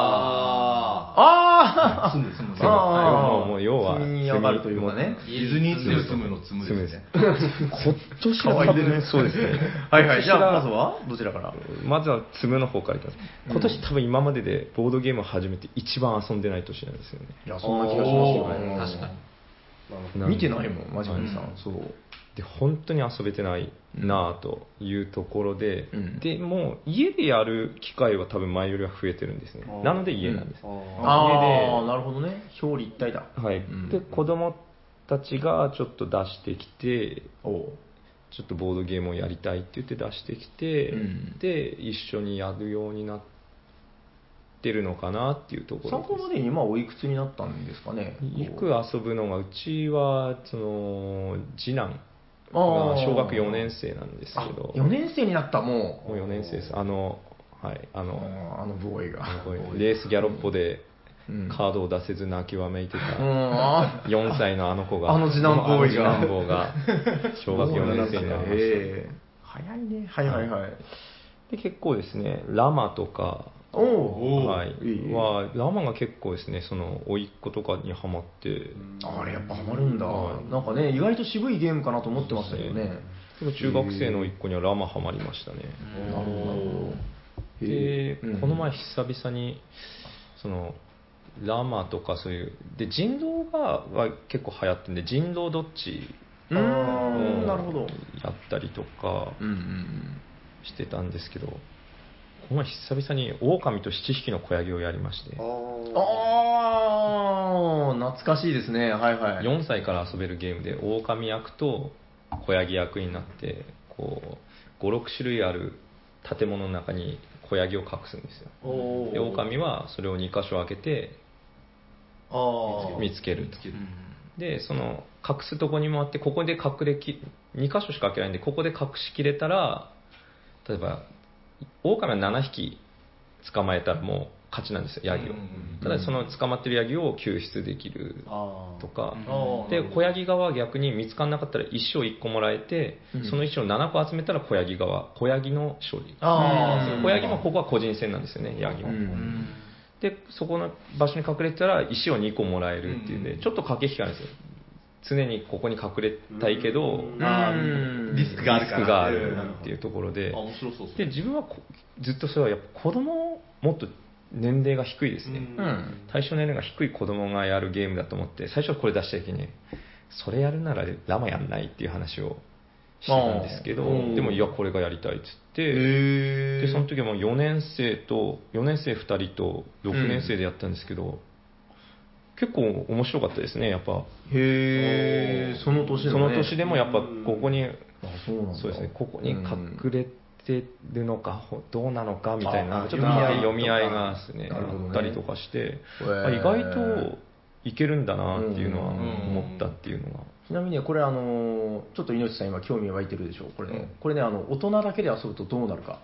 S5: あ
S2: ああ
S1: 住んで住んで
S2: あ
S6: もうもう要は
S2: 積み上がるというかね。
S5: ーディズニーツムツムのツム
S6: 住む
S5: で
S6: ですす
S5: ね。
S6: 今年は多分そうですね
S2: はいはい。じゃあ、まずはどちらから
S6: まずはつむの方からいきます今年多分今まででボードゲームを始めて一番遊んでない年なんですよね
S2: いや、そんな気がしますよね。
S1: 確かに。
S6: なんで
S2: 見てないもん、マジマジさん。そう。
S6: で本当に遊べてないなあというところで、
S2: うん
S6: でもう家でやる機会は多分前よりは増えてるんですねなので家なんです、
S2: ああ、なるほどね。表裏一体だ。
S6: はい
S2: ん
S6: で子供たちがちょっと出してきて
S2: おう
S6: ちょっとボードゲームをやりたいって言って出してきて、
S2: うん
S6: で一緒にやるようになってるのかなっていうところ
S2: 参考までに今おいくつになったんですかね
S6: よく遊ぶのがうちはその次男
S2: あー
S6: が小学4年生なんですけど
S2: あ4年生になったも
S6: もう4年生ですあのはいあ
S2: う
S6: の
S2: あーあのボーイが
S6: レースギャロッポで
S2: うん
S6: カードを出せず泣きわめいて
S2: う
S6: た
S2: んあ
S6: 4歳のあの子が
S2: あの次男ボーイが
S6: あの次男坊が小学4年生にな
S2: *laughs*
S6: りまし
S2: ええ早いねはいはいはい
S6: たで結構ですねラマとか
S2: おお
S6: はい
S2: いい
S6: はラマが結構ですねその甥っ子とかにはまって
S2: あれやっぱハマるんだ
S6: はい
S2: なんかね意外と渋いゲームかなと思ってましたけどね
S6: でも中学生の甥っ子にはラマハマりましたね、
S2: なるほどなるほど
S6: で、
S2: うん
S6: この前久々にそのラマとかそういうで人狼がは結構流行ってんで人狼どっち
S2: うーんなるほど
S6: やったりとか
S2: うんうん
S6: してたんですけど、この前久々に狼と七匹の子ヤギをやりまして
S2: うんああ懐かしいですねはいはい
S6: 4歳から遊べるゲームで狼役と子ヤギ役になってこう56種類ある建物の中に子ヤギを隠すんですよ
S3: お
S6: で狼はそれを2箇所開けて
S3: あ
S6: 見つけると
S1: うん
S6: でその隠すとこにもあってここで隠れき2箇所しか開けないんでここで隠しきれたら例えば狼は7匹捕まえたらもう勝ちなんですよヤギを、ただその捕まってるヤギを救出できるとか、で小ヤギ側は逆に見つからなかったら石を1個もらえて、その石を7個集めたら小ヤギ側小ヤギの勝利小ヤギもここは個人戦なんですよねヤギも、でそこの場所に隠れてたら石を2個もらえるっていうんで、ちょっと駆け引きがあるんですよ常にここに隠れたいけど、
S5: リスクがある
S6: リスクがあるっていうところで
S5: 面白そう
S6: で自分はこずっとそれはやっぱ子供をもっと年齢が低いですね、対象年齢が低い子供がやるゲームだと思って最初はこれ出した時にそれやるならラマやんないっていう話をしてたんですけどでもいやこれがやりたいっつってでその時はもう4年生と4年生2人と6年生でやったんですけど、結構面白かったですねやっぱ
S2: へえその年で
S6: そ
S2: も
S6: の
S2: ね
S6: 年でもやっぱここに
S2: あそうなんだ
S6: そうですねここに隠れてるのか、ほどうなのかみたいなちょっと読み合いがですね
S2: なるほどね
S6: あったりとかして、
S2: ー
S6: あ意外といけるんだなっていうのは思ったっていうのが、
S2: ちなみにねこれあのちょっと命さん今興味湧いてるでしょこれね、これねあの大人だけで遊ぶとどうなるか、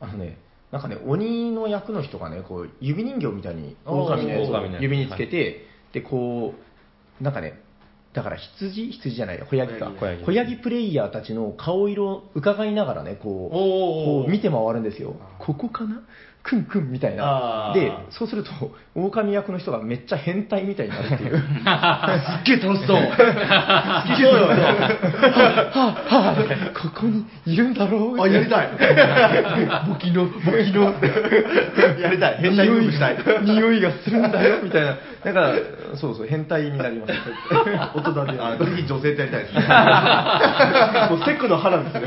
S2: あのねなんかね鬼の役の人がねこう指人形みたいに狼のやつ
S6: 狼のや
S2: を
S6: つ
S2: 指につけて、でこうなんかねだから羊羊じゃないや小ヤギか
S6: 小ヤギ
S2: 小ヤギプレイヤーたちの顔色を伺いながらねこうこう見て回るんですよここかなクンクンみたいな
S5: あ
S2: で
S5: ー
S2: そうすると狼役の人がめっちゃ変態みたいになるっていう
S5: *laughs* っげえ楽しそう好きそうよ
S2: はあ、 *laughs* ここにいるんだろう。
S5: あやりたい
S2: *laughs* ボキの、ボキの。
S5: *laughs* やりたい変態ムーブしたい
S2: 匂いがするんだよ、みたいな。だから、そうそう、変態にな *laughs* ります。
S5: 大人であぜひ女性とやりたいですね
S3: もうテクの花ですね。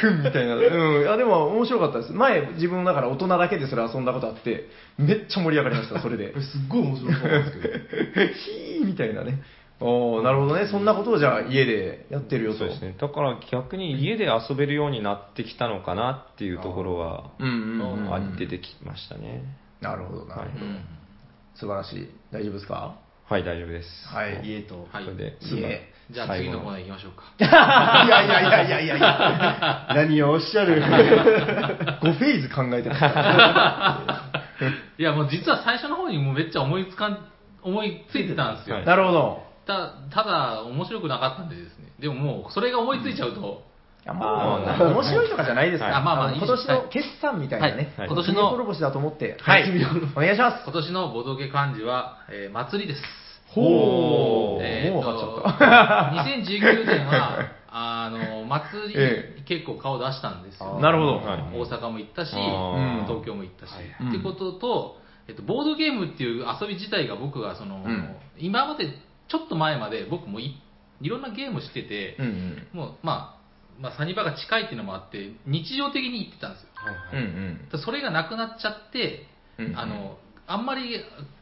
S2: くんみたいな。うん。いや、でも面白かったです。前、自分だから大人だけでそれ遊んだことあって、めっちゃ盛り上がりました、それ *laughs* で。
S5: すっごい面白そうなんですけど
S2: ヒーみたいなね。おおなるほどね。そんなことをじゃあ家でやってるよと。
S6: そうですねだから逆に家で遊べるようになってきたのかなっていうところは
S2: うんうんうんうん
S6: あ出てきましたね、
S2: なるほどな。
S6: はい
S2: 素晴らしい。大丈夫ですか
S6: はい大丈夫です
S2: はい。い
S3: 家と。
S6: それで
S2: え。
S1: *laughs* じゃあ次のコーナー行きましょうか。
S2: いやいやいやいやいやいや。
S3: 何をおっしゃ
S2: *laughs*
S3: る。
S2: 5フェーズ考えてます。
S1: いや、もう実は最初の方にもうめっちゃ思いつかん、思いついてたんですよ。
S6: はい
S2: なるほど。
S1: たただ、面白くなかったんでですね。でももう、それが思いついちゃうと、
S2: いやま
S6: あーなる
S2: あ、面白いとかじゃないですか
S1: はい
S2: ら、
S1: あまあまあ
S2: の
S1: いい
S2: 今
S1: です
S2: 年
S1: はい
S2: の決算みたいなね、
S6: はい
S1: 今年の
S2: 積み滅ぼしだと思って、はい、お願いします。
S1: 今年のボドゲ漢字は、えー祭りです。
S2: ほう
S1: えー
S2: もう
S1: と
S2: 分かっち
S1: 2019年は、
S2: *laughs*
S1: あの、祭りに結構顔出したんですよ。
S2: なるほど。
S6: はい
S1: 大阪も行ったし、
S6: あー
S1: 東京も行ったし、
S2: うん
S1: ってことと、えっと、ボードゲームっていう遊び自体が僕がその、
S2: うん
S1: 今までちょっと前まで僕もいいろんなゲームしてて、
S2: うんうん。
S1: もうまあ、まあ、サニバが近いっていうのもあって日常的に行ってたんですよ
S2: うんうん
S1: だからそれがなくなっちゃって、
S2: うんうん
S1: あのあんまり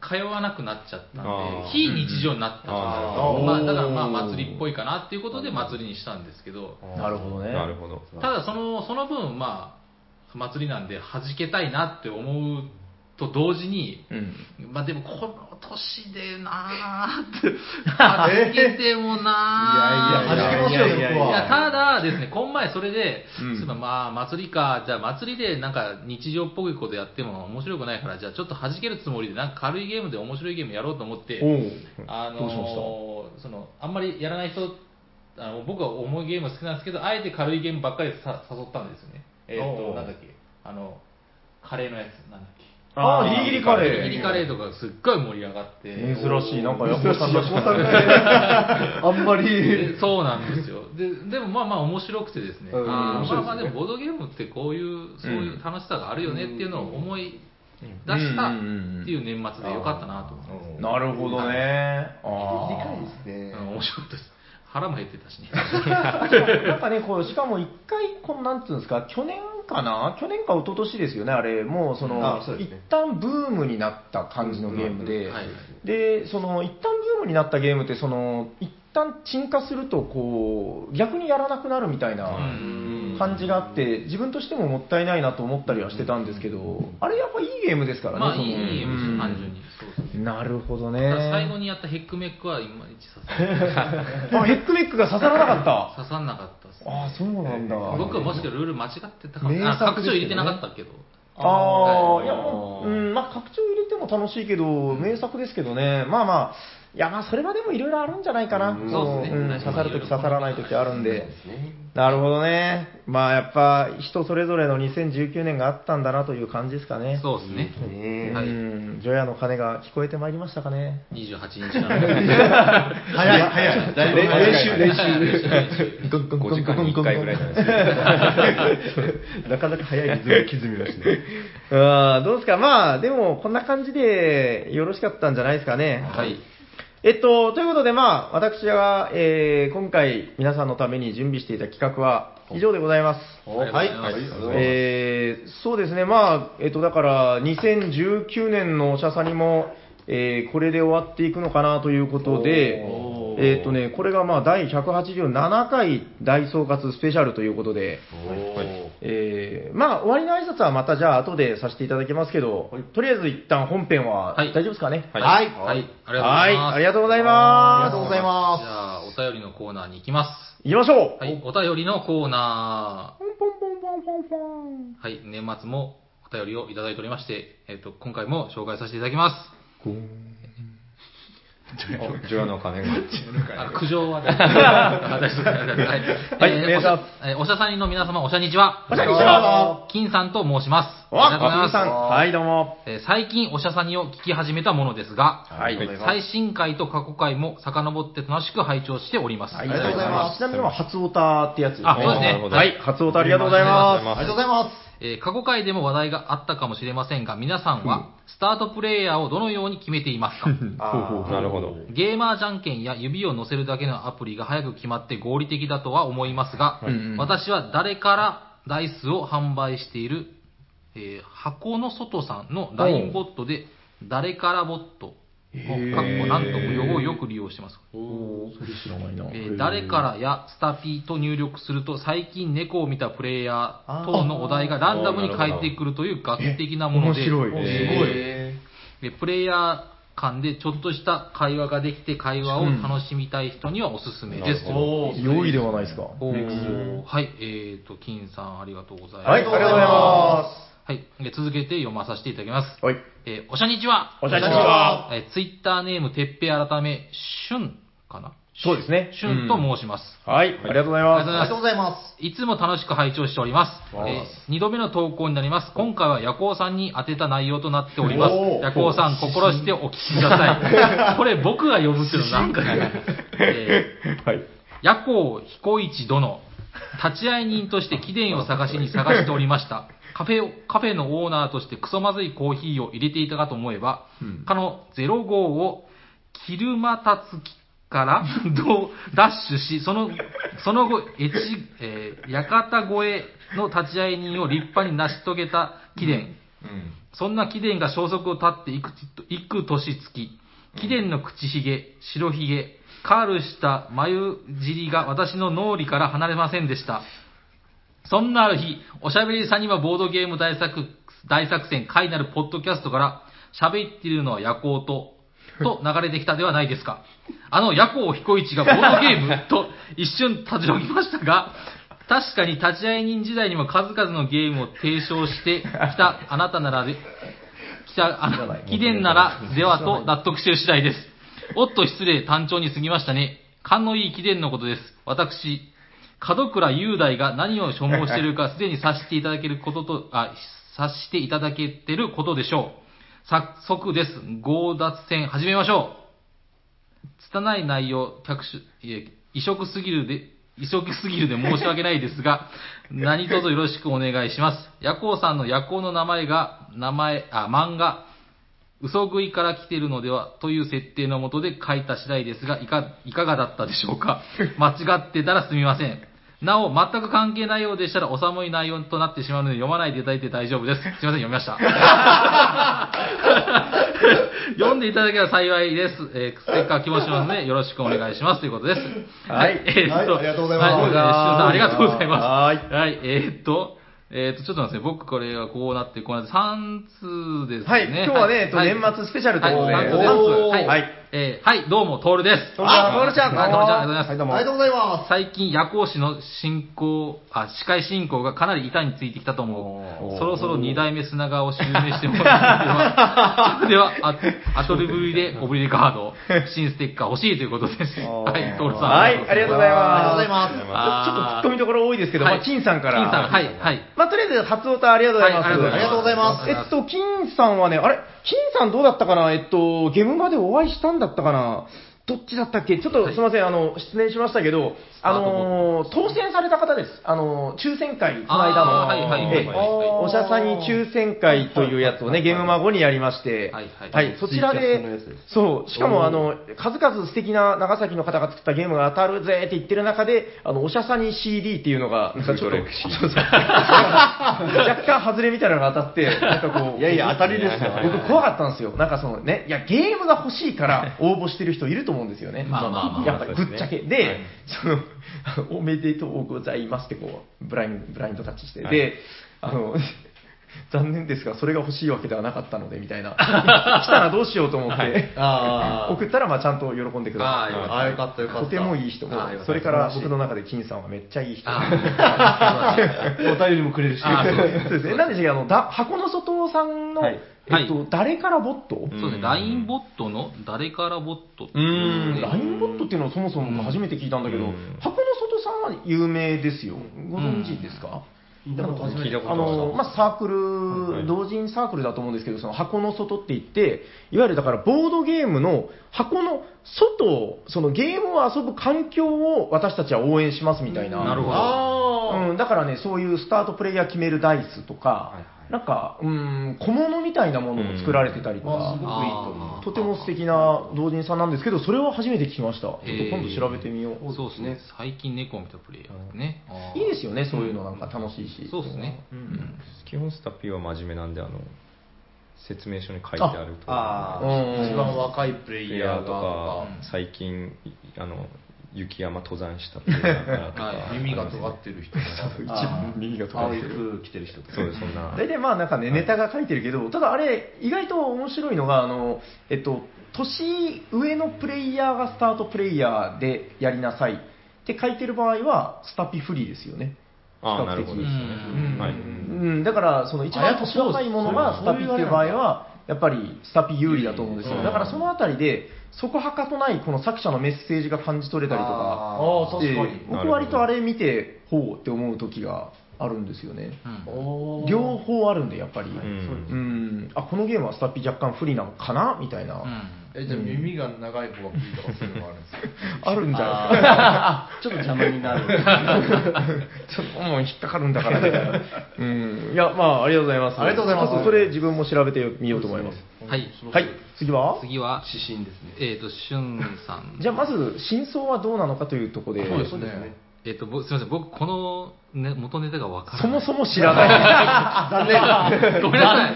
S1: 通わなくなっちゃったんで
S6: あー
S1: 非日常になった
S6: あ
S1: んですよまあ、
S5: おー
S1: だからまあ祭りっぽいかなっていうことで祭りにしたんですけど
S2: なるほどね。
S6: なるほど
S1: ただそのその分、まあ、祭りなんで弾けたいなって思うと同時に、
S2: うん
S1: まあ、でもこの年でなーって弾けてもなーい
S2: いやいやいやいやいやいや
S1: やただですねこの前それで、
S2: うん
S1: そういえばまあ祭りかじゃあ祭りでなんか日常っぽいことやっても面白くないからじゃあちょっと弾けるつもりでなんか軽いゲームで面白いゲームやろうと思って、
S2: おう
S1: あ
S2: どうしまし
S1: のーそのあんまりやらない人あの僕は重いゲーム好きなんですけどあえて軽いゲームばっかりさ誘ったんですよねえーっ、
S5: お
S1: と
S5: う
S1: なんだっけあのカレーのやつなんだっけ
S2: あー、ギリギリカレー。
S1: ギリギリカレーとかすっごい盛り上がって
S2: 珍しい、なんかヤコウさんらしくない
S3: あんまり。
S1: でそうなんですよででもまあまあ面白くてですね、
S3: うん
S1: あー
S3: 面
S1: ま
S3: 白
S1: あ
S3: いで
S1: まあで
S3: すね
S1: もボードゲームってこういうそういう楽しさがあるよねっていうのを思い出したっ
S2: うんうんうんうん
S1: ていう年末でよかったなと思ってます
S2: なるほどね。あー
S3: 短いです
S1: うん
S3: ね。
S1: 面白かったです腹も減ってたしね
S2: *laughs* なんかね、こう、しかも一回、この、なんていうんですか、去年かな去年か一昨年ですよね、あれ。もう、その、
S3: あそうで
S2: 一
S3: すね
S2: 旦ブームになった感じのゲームで、
S1: はい
S2: で、その、一旦ブームになったゲームって、その、一旦沈下すると、こう、逆にやらなくなるみたいな感じがあって、自分としてももったいないなと思ったりはしてたんですけど、あれやっぱいいゲームですからね、
S1: まあい
S2: その
S1: いいいゲームです
S2: う
S1: よ
S2: ん
S1: 単純にそうそう
S2: なるほ
S1: た
S2: どね。
S1: だ最後にやったヘックメックはいまいち刺さん
S2: あ、ヘックメックが刺さらなかった。
S1: 刺さんなかったですね
S2: ああ、そうなんだ。
S1: 僕はもしかしたらルール間違ってたか
S2: 名
S1: も
S2: 作
S1: あ拡張
S2: です
S1: 入れて
S2: けどね
S1: なかったけど
S2: ああ、いや、もう、うん、まあ、拡張入れても楽しいけど、名作ですけどね、まあまあ、いや、まあ、それはでもいろいろあるんじゃないかな。
S1: ん
S2: の
S1: そうですね
S2: ん
S1: 確かに
S2: 刺さるとき刺さらないときあるんで。
S3: ね
S2: なるほどね。まあ、やっぱ、人それぞれの2019年があったんだなという感じですかね。
S1: そうですね。
S2: う
S3: ね
S1: はい
S2: ん、除夜の鐘が聞こえてまいりましたかね。
S1: 28日 *laughs* から。
S5: 早い、早い。だいぶ早い。
S6: 5時間に1回ぐらいなんです
S2: *laughs*
S6: け
S2: なかなか早いリズム
S5: 全部歪みましたね。
S2: うんどうですか、まあ、でも、こんな感じでよろしかったんじゃないですかね。
S1: はい。
S2: えっと、ということで、まあ、私が、えー今回、皆さんのために準備していた企画は、以上でございます。
S1: はい
S2: えーそうですね、まあ、えっと、だから、2019年のおしゃさにも、えーこれで終わっていくのかなということで、えっとね、これがまあ、第187回大総括スペシャルということで、えーまあ、終わりの挨拶はまたじゃあ、後でさせていただきますけど、とりあえず一旦本編は
S1: はい
S2: 大丈夫ですかね。
S6: ど。。
S1: はいい。はい。ありがとうご
S2: は
S1: ざい
S2: い、
S1: ます。
S2: ありがとうございます。
S5: ありがとうござい
S1: じ
S5: ま
S1: ゃあ、お便りのコーナーに行きます。
S2: 行きましょう
S1: はい、お便りのコーナー。はい、年末もお便りをいただいておりまして、えっ、と、今回も紹介させていただきます。
S6: 除夜の鐘が。
S1: あ苦情 *laughs* はね。あ大丈夫ですはい
S2: はい
S1: えー
S2: お願いします
S1: おしゃえーおしゃさんの皆様、おしゃにちは。
S2: おしゃにちは
S1: 金さんと申します。あ
S2: あ、
S1: りがとうござい
S2: あ
S1: ま
S2: き
S1: す。
S2: さん。はい、どうも。
S1: えー最近おしゃさにを聞き始めたものですが、
S6: はい。
S1: 最新回と過去回も遡って楽しく拝聴しております。
S2: あ
S1: ありがとうございます
S2: ます。ちなみに今、初オタってやつですね。
S1: あそうですね
S6: なるほど
S2: はい、初オタありがとうございま
S5: ありがとうございま
S1: えー過去回でも話題があったかもしれませんが、皆さんは、スタートプレイヤーをどのように決めていますか
S6: なるほど。
S1: ゲーマーじゃんけんや指を乗せるだけのアプリが早く決まって合理的だとは思いますが、
S2: んうん
S1: 私は誰からダイスを販売している、えー箱の外さんの LINE ボットで、誰からボット、のかっこなんと無料をよく利用してます。
S2: す。知らないな
S1: えー誰からやスタピーと入力すると最近猫を見たプレイヤー等のお題がランダムに返ってくるという画期的なもので、
S2: 面白い。
S1: えーでプレイヤー間でちょっとした会話ができて会話を楽しみたい人にはおすすめです。
S6: うん
S5: おー
S2: 良いではないですか。
S1: おーはい、えーと、金さんありがとうございます。
S2: はい、ありがとうございま
S1: はい、えー続けて読まさせていただきます。
S2: す。はい。
S1: えーおしゃにちは
S2: おしゃにちは
S1: えーツイッターネーム、てっぺい改め、しゅんかな
S2: そうですね。
S1: しゅんと申します。
S2: はい、ありがとうござい
S1: ありがとうございます
S2: ます。
S5: ありがとうございます。
S1: いつも楽しく拝聴しております。え2度目の投稿になります。今回は夜行さんに当てた内容となっております。
S5: おー
S1: 夜行さん、心してお聞きくだ
S5: *laughs*
S1: さい。これ僕が読むっていうのなんかね、え
S2: はい。
S1: ー夜行彦一殿、立ち会い人として貴殿を探しに探しておりました。カフェを、カフェのオーナーとしてクソまずいコーヒーを入れていたかと思えば、かの05をキルマタツキからどうダッシュし、そのその後、越えー、館越えの立ち会い人を立派に成し遂げた貴殿。そんな貴殿が消息を絶っていく幾年月、貴殿の口ひげ、白ひげ、カールした眉尻が私の脳裏から離れませんでした。そんなある日、おしゃべりさんにはボードゲーム大作大作戦、回なるポッドキャストから、喋っているのは夜行と、と流れてきたではないですか。あの夜行彦一がボードゲームと一瞬立ち上げましたが、確かに立ち会い人時代にも数々のゲームを提唱してきたあなたならで、きたあな、貴殿ならではと納得している次第です。おっと失礼、単調に過ぎましたね。勘のいい貴殿のことです。私、門倉雄大が何を所望しているかすでに察していただけることと、あ、察していただけてることでしょう。早速です。強奪戦始めましょう。拙い内容、客種、いえ、異色すぎるで、異色すぎるで申し訳ないですが、何卒よろしくお願いします。夜行さんの夜行の名前が、名前、あ、漫画、嘘食いから来ているのではという設定のもとで書いた次第ですが、いか、いかがだったでしょうか *laughs* 間違ってたらすみません。なお、全く関係ないようでしたら、お寒い内容となってしまうので、読まないでいただいて大丈夫です。すみません、読みました。 *laughs* 読んでいただければ幸いです。えー、せっかく気持ちますので、よろしくお願いしますということです。
S2: はい
S1: えーっと、
S5: はいありがとうございます
S1: はえー塩さんありがとうございます。
S2: はー
S1: はい、えーっと、えーっと、ちょっと待ってください。僕これはこうなって、こうなって、3通ですね。
S2: はい、今日はね、えっと
S1: い
S2: 年末スペシャルということで、
S1: はい
S2: お
S1: 三通です
S2: は
S1: はいいえーはい、どうも、トールです。
S2: *laughs* トールちゃん
S1: あトールちゃん、あ、トールちゃん、ありがとうございます。
S2: どうも
S5: ありがとうございま
S1: 最近夜行誌の進行あ司会進行がかなり板についてきたと思うそろそろ2代目砂川を襲名しても
S2: *laughs*
S1: らってではあアトリブリでおぶりカード新ステッカー欲しいということで
S2: *laughs*
S1: すはいトールさん
S2: はい、ありがとうございます。
S5: ありがとうござい
S1: ます
S2: ちょちょっと突っ込みどころ多いですけど、
S1: はい
S2: まあ金さんから。
S1: 金さんはいはい
S2: まあ、とりあえず、初オタありがとうございます。
S1: はいありがとうございます
S2: えっと、金さんはね、あれ金さんどうだったかなえっと、ゲームまでお会いしたんだったかなどっちだったっけちょっと、
S1: はい
S2: すみません、あの、失念しましたけど、あ
S1: タートボ
S2: のー、当選された方です。あのー、抽選会、この間
S1: あ
S2: の。
S1: ーはいはいはい
S2: ええおしゃさんに抽選会というやつをね、ゲームマ後にやりまして、
S1: はいはい
S2: そちら
S3: ツイキャスのやつで
S2: で、そう、しかもあの、数々素敵な長崎の方が作ったゲームが当たるぜって言ってる中で、あの、おしゃさんに CD っていうのが、なんかちょっと、そうそう *laughs* 若干外れみたいなのが当たって、なんかこう、
S3: *laughs* いやいや当たりですよ
S2: 僕怖かったんですよ。なんかそのね、いや、ゲームが欲しいから応募してる人いると思うんですよね。
S1: まあまあまあ
S2: やっぱりぶっちゃけ。で、そのあの、お *laughs* めでとうございますってこう、ブラインブラインドタッチして、で、あの、 *laughs* 残念ですが、それが欲しいわけではなかったので、みた
S3: *laughs*
S2: いな。来たらどうしようと思 *laughs* って、
S3: あ
S2: 送ったら、まあ、ちゃんと喜んでくだ
S1: ああよ
S2: さ
S1: か
S3: あーよかったよ
S2: い。
S3: かった
S2: とてもいい人も
S1: ああよかっ、た
S2: それから僕の中で金さんはめっちゃいい人。
S1: ああ素晴らしい
S3: お便りもくれるし
S1: あーそう
S2: そうですね。なんでしたっけあの、だ箱の外さんの、
S9: はい
S2: えっと、誰からボット
S6: ん
S1: そうですね LINE ボットの誰からボットって
S2: う
S1: い
S2: ーん、
S1: ね
S2: ラインボットっていうのはそもそも僕初めて聞いたんだけど、箱の外さんは有名ですよ。ご存知ですか、
S6: なんか聞いたこと
S2: あのまあ、サークル、
S6: はい
S2: 同人サークルだと思うんですけど、その箱の外って言って、いわゆるだからボードゲームの箱の外を、そのゲームを遊ぶ環境を私たちは応援しますみたいな、
S1: なるほど
S2: うん、だからね、そういうスタートプレイヤー決めるダイスとか、なんか、うん、小物みたいなものも作られてたりとか、
S1: ごくいいと思う
S2: とても素敵な同人さんなんですけど、それは初めて聞きました。ちょっと
S1: へー
S2: 今度調べてみよう。
S1: そうですね最近猫を見たプレイヤーですねあー
S2: いいですよね、そういうのなんか楽しいし。
S1: そうですね
S6: 基本スタピーは真面目なんであの説明書に書いてあると
S5: あ
S2: うん
S5: あ、一番若いプ
S6: プ
S5: レイ
S6: レイ
S5: ヤ
S6: ヤ
S5: ー
S6: ーと
S5: がと
S6: か
S5: か、
S6: 最近あの雪山登山したプレイヤーからとか、
S1: はい
S5: 耳が尖ってる人とか。
S6: 一番耳が尖
S3: 青
S6: っ
S3: い
S6: てる
S3: 服着てる人とか
S6: そうですそんな
S2: 大体まあなんかね、ネタが書いてるけど、ただあれ、意外と面白いのが、あの、えっと、年上のプレイヤーがスタートプレイヤーでやりなさいって書いてる場合は、スタピフリーですよね。
S6: ああなるほどですね
S1: うん
S6: はい
S2: うん、だからその一番年若いものがスタピっていう場合は、やっぱりスタピ有利だと思うんですよ、
S6: うん
S2: だからそのあたりで、そこはかとないこの作者のメッセージが感じ取れたりとか
S5: あ
S2: し
S5: あ、
S2: て
S5: 確かに。、
S2: 僕、割とあれ見て、ほうって思う時があるんですよね、
S1: うん
S5: おー
S2: 両方あるんで、やっぱり、う
S6: うんん
S2: あこのゲームはスタピ若干不利なのかなみたいな、
S1: うん
S5: え、じゃあ耳が長い方がいいとかそういうのもあるんですか
S2: あるんじゃないですか。
S3: あーちょっと邪魔になる
S2: *laughs* ちょっともう引っかかるんだからみたいな。うん。いや、まあ、ありがとうございます。
S5: ありがとうございます
S2: ちょっそれ自分も調べてみようと思います。
S1: はい
S2: はい、次は
S1: 次は
S5: 指針ですね。
S1: えっとしゅんさん
S2: *laughs* じゃあ、まず、真相はどうなのかというところで、
S5: そうですね。
S1: えっと、ぼすみません、僕、この、ね、元ネタがわからない。
S2: そもそも知らない。
S1: *laughs* ごめんなさい。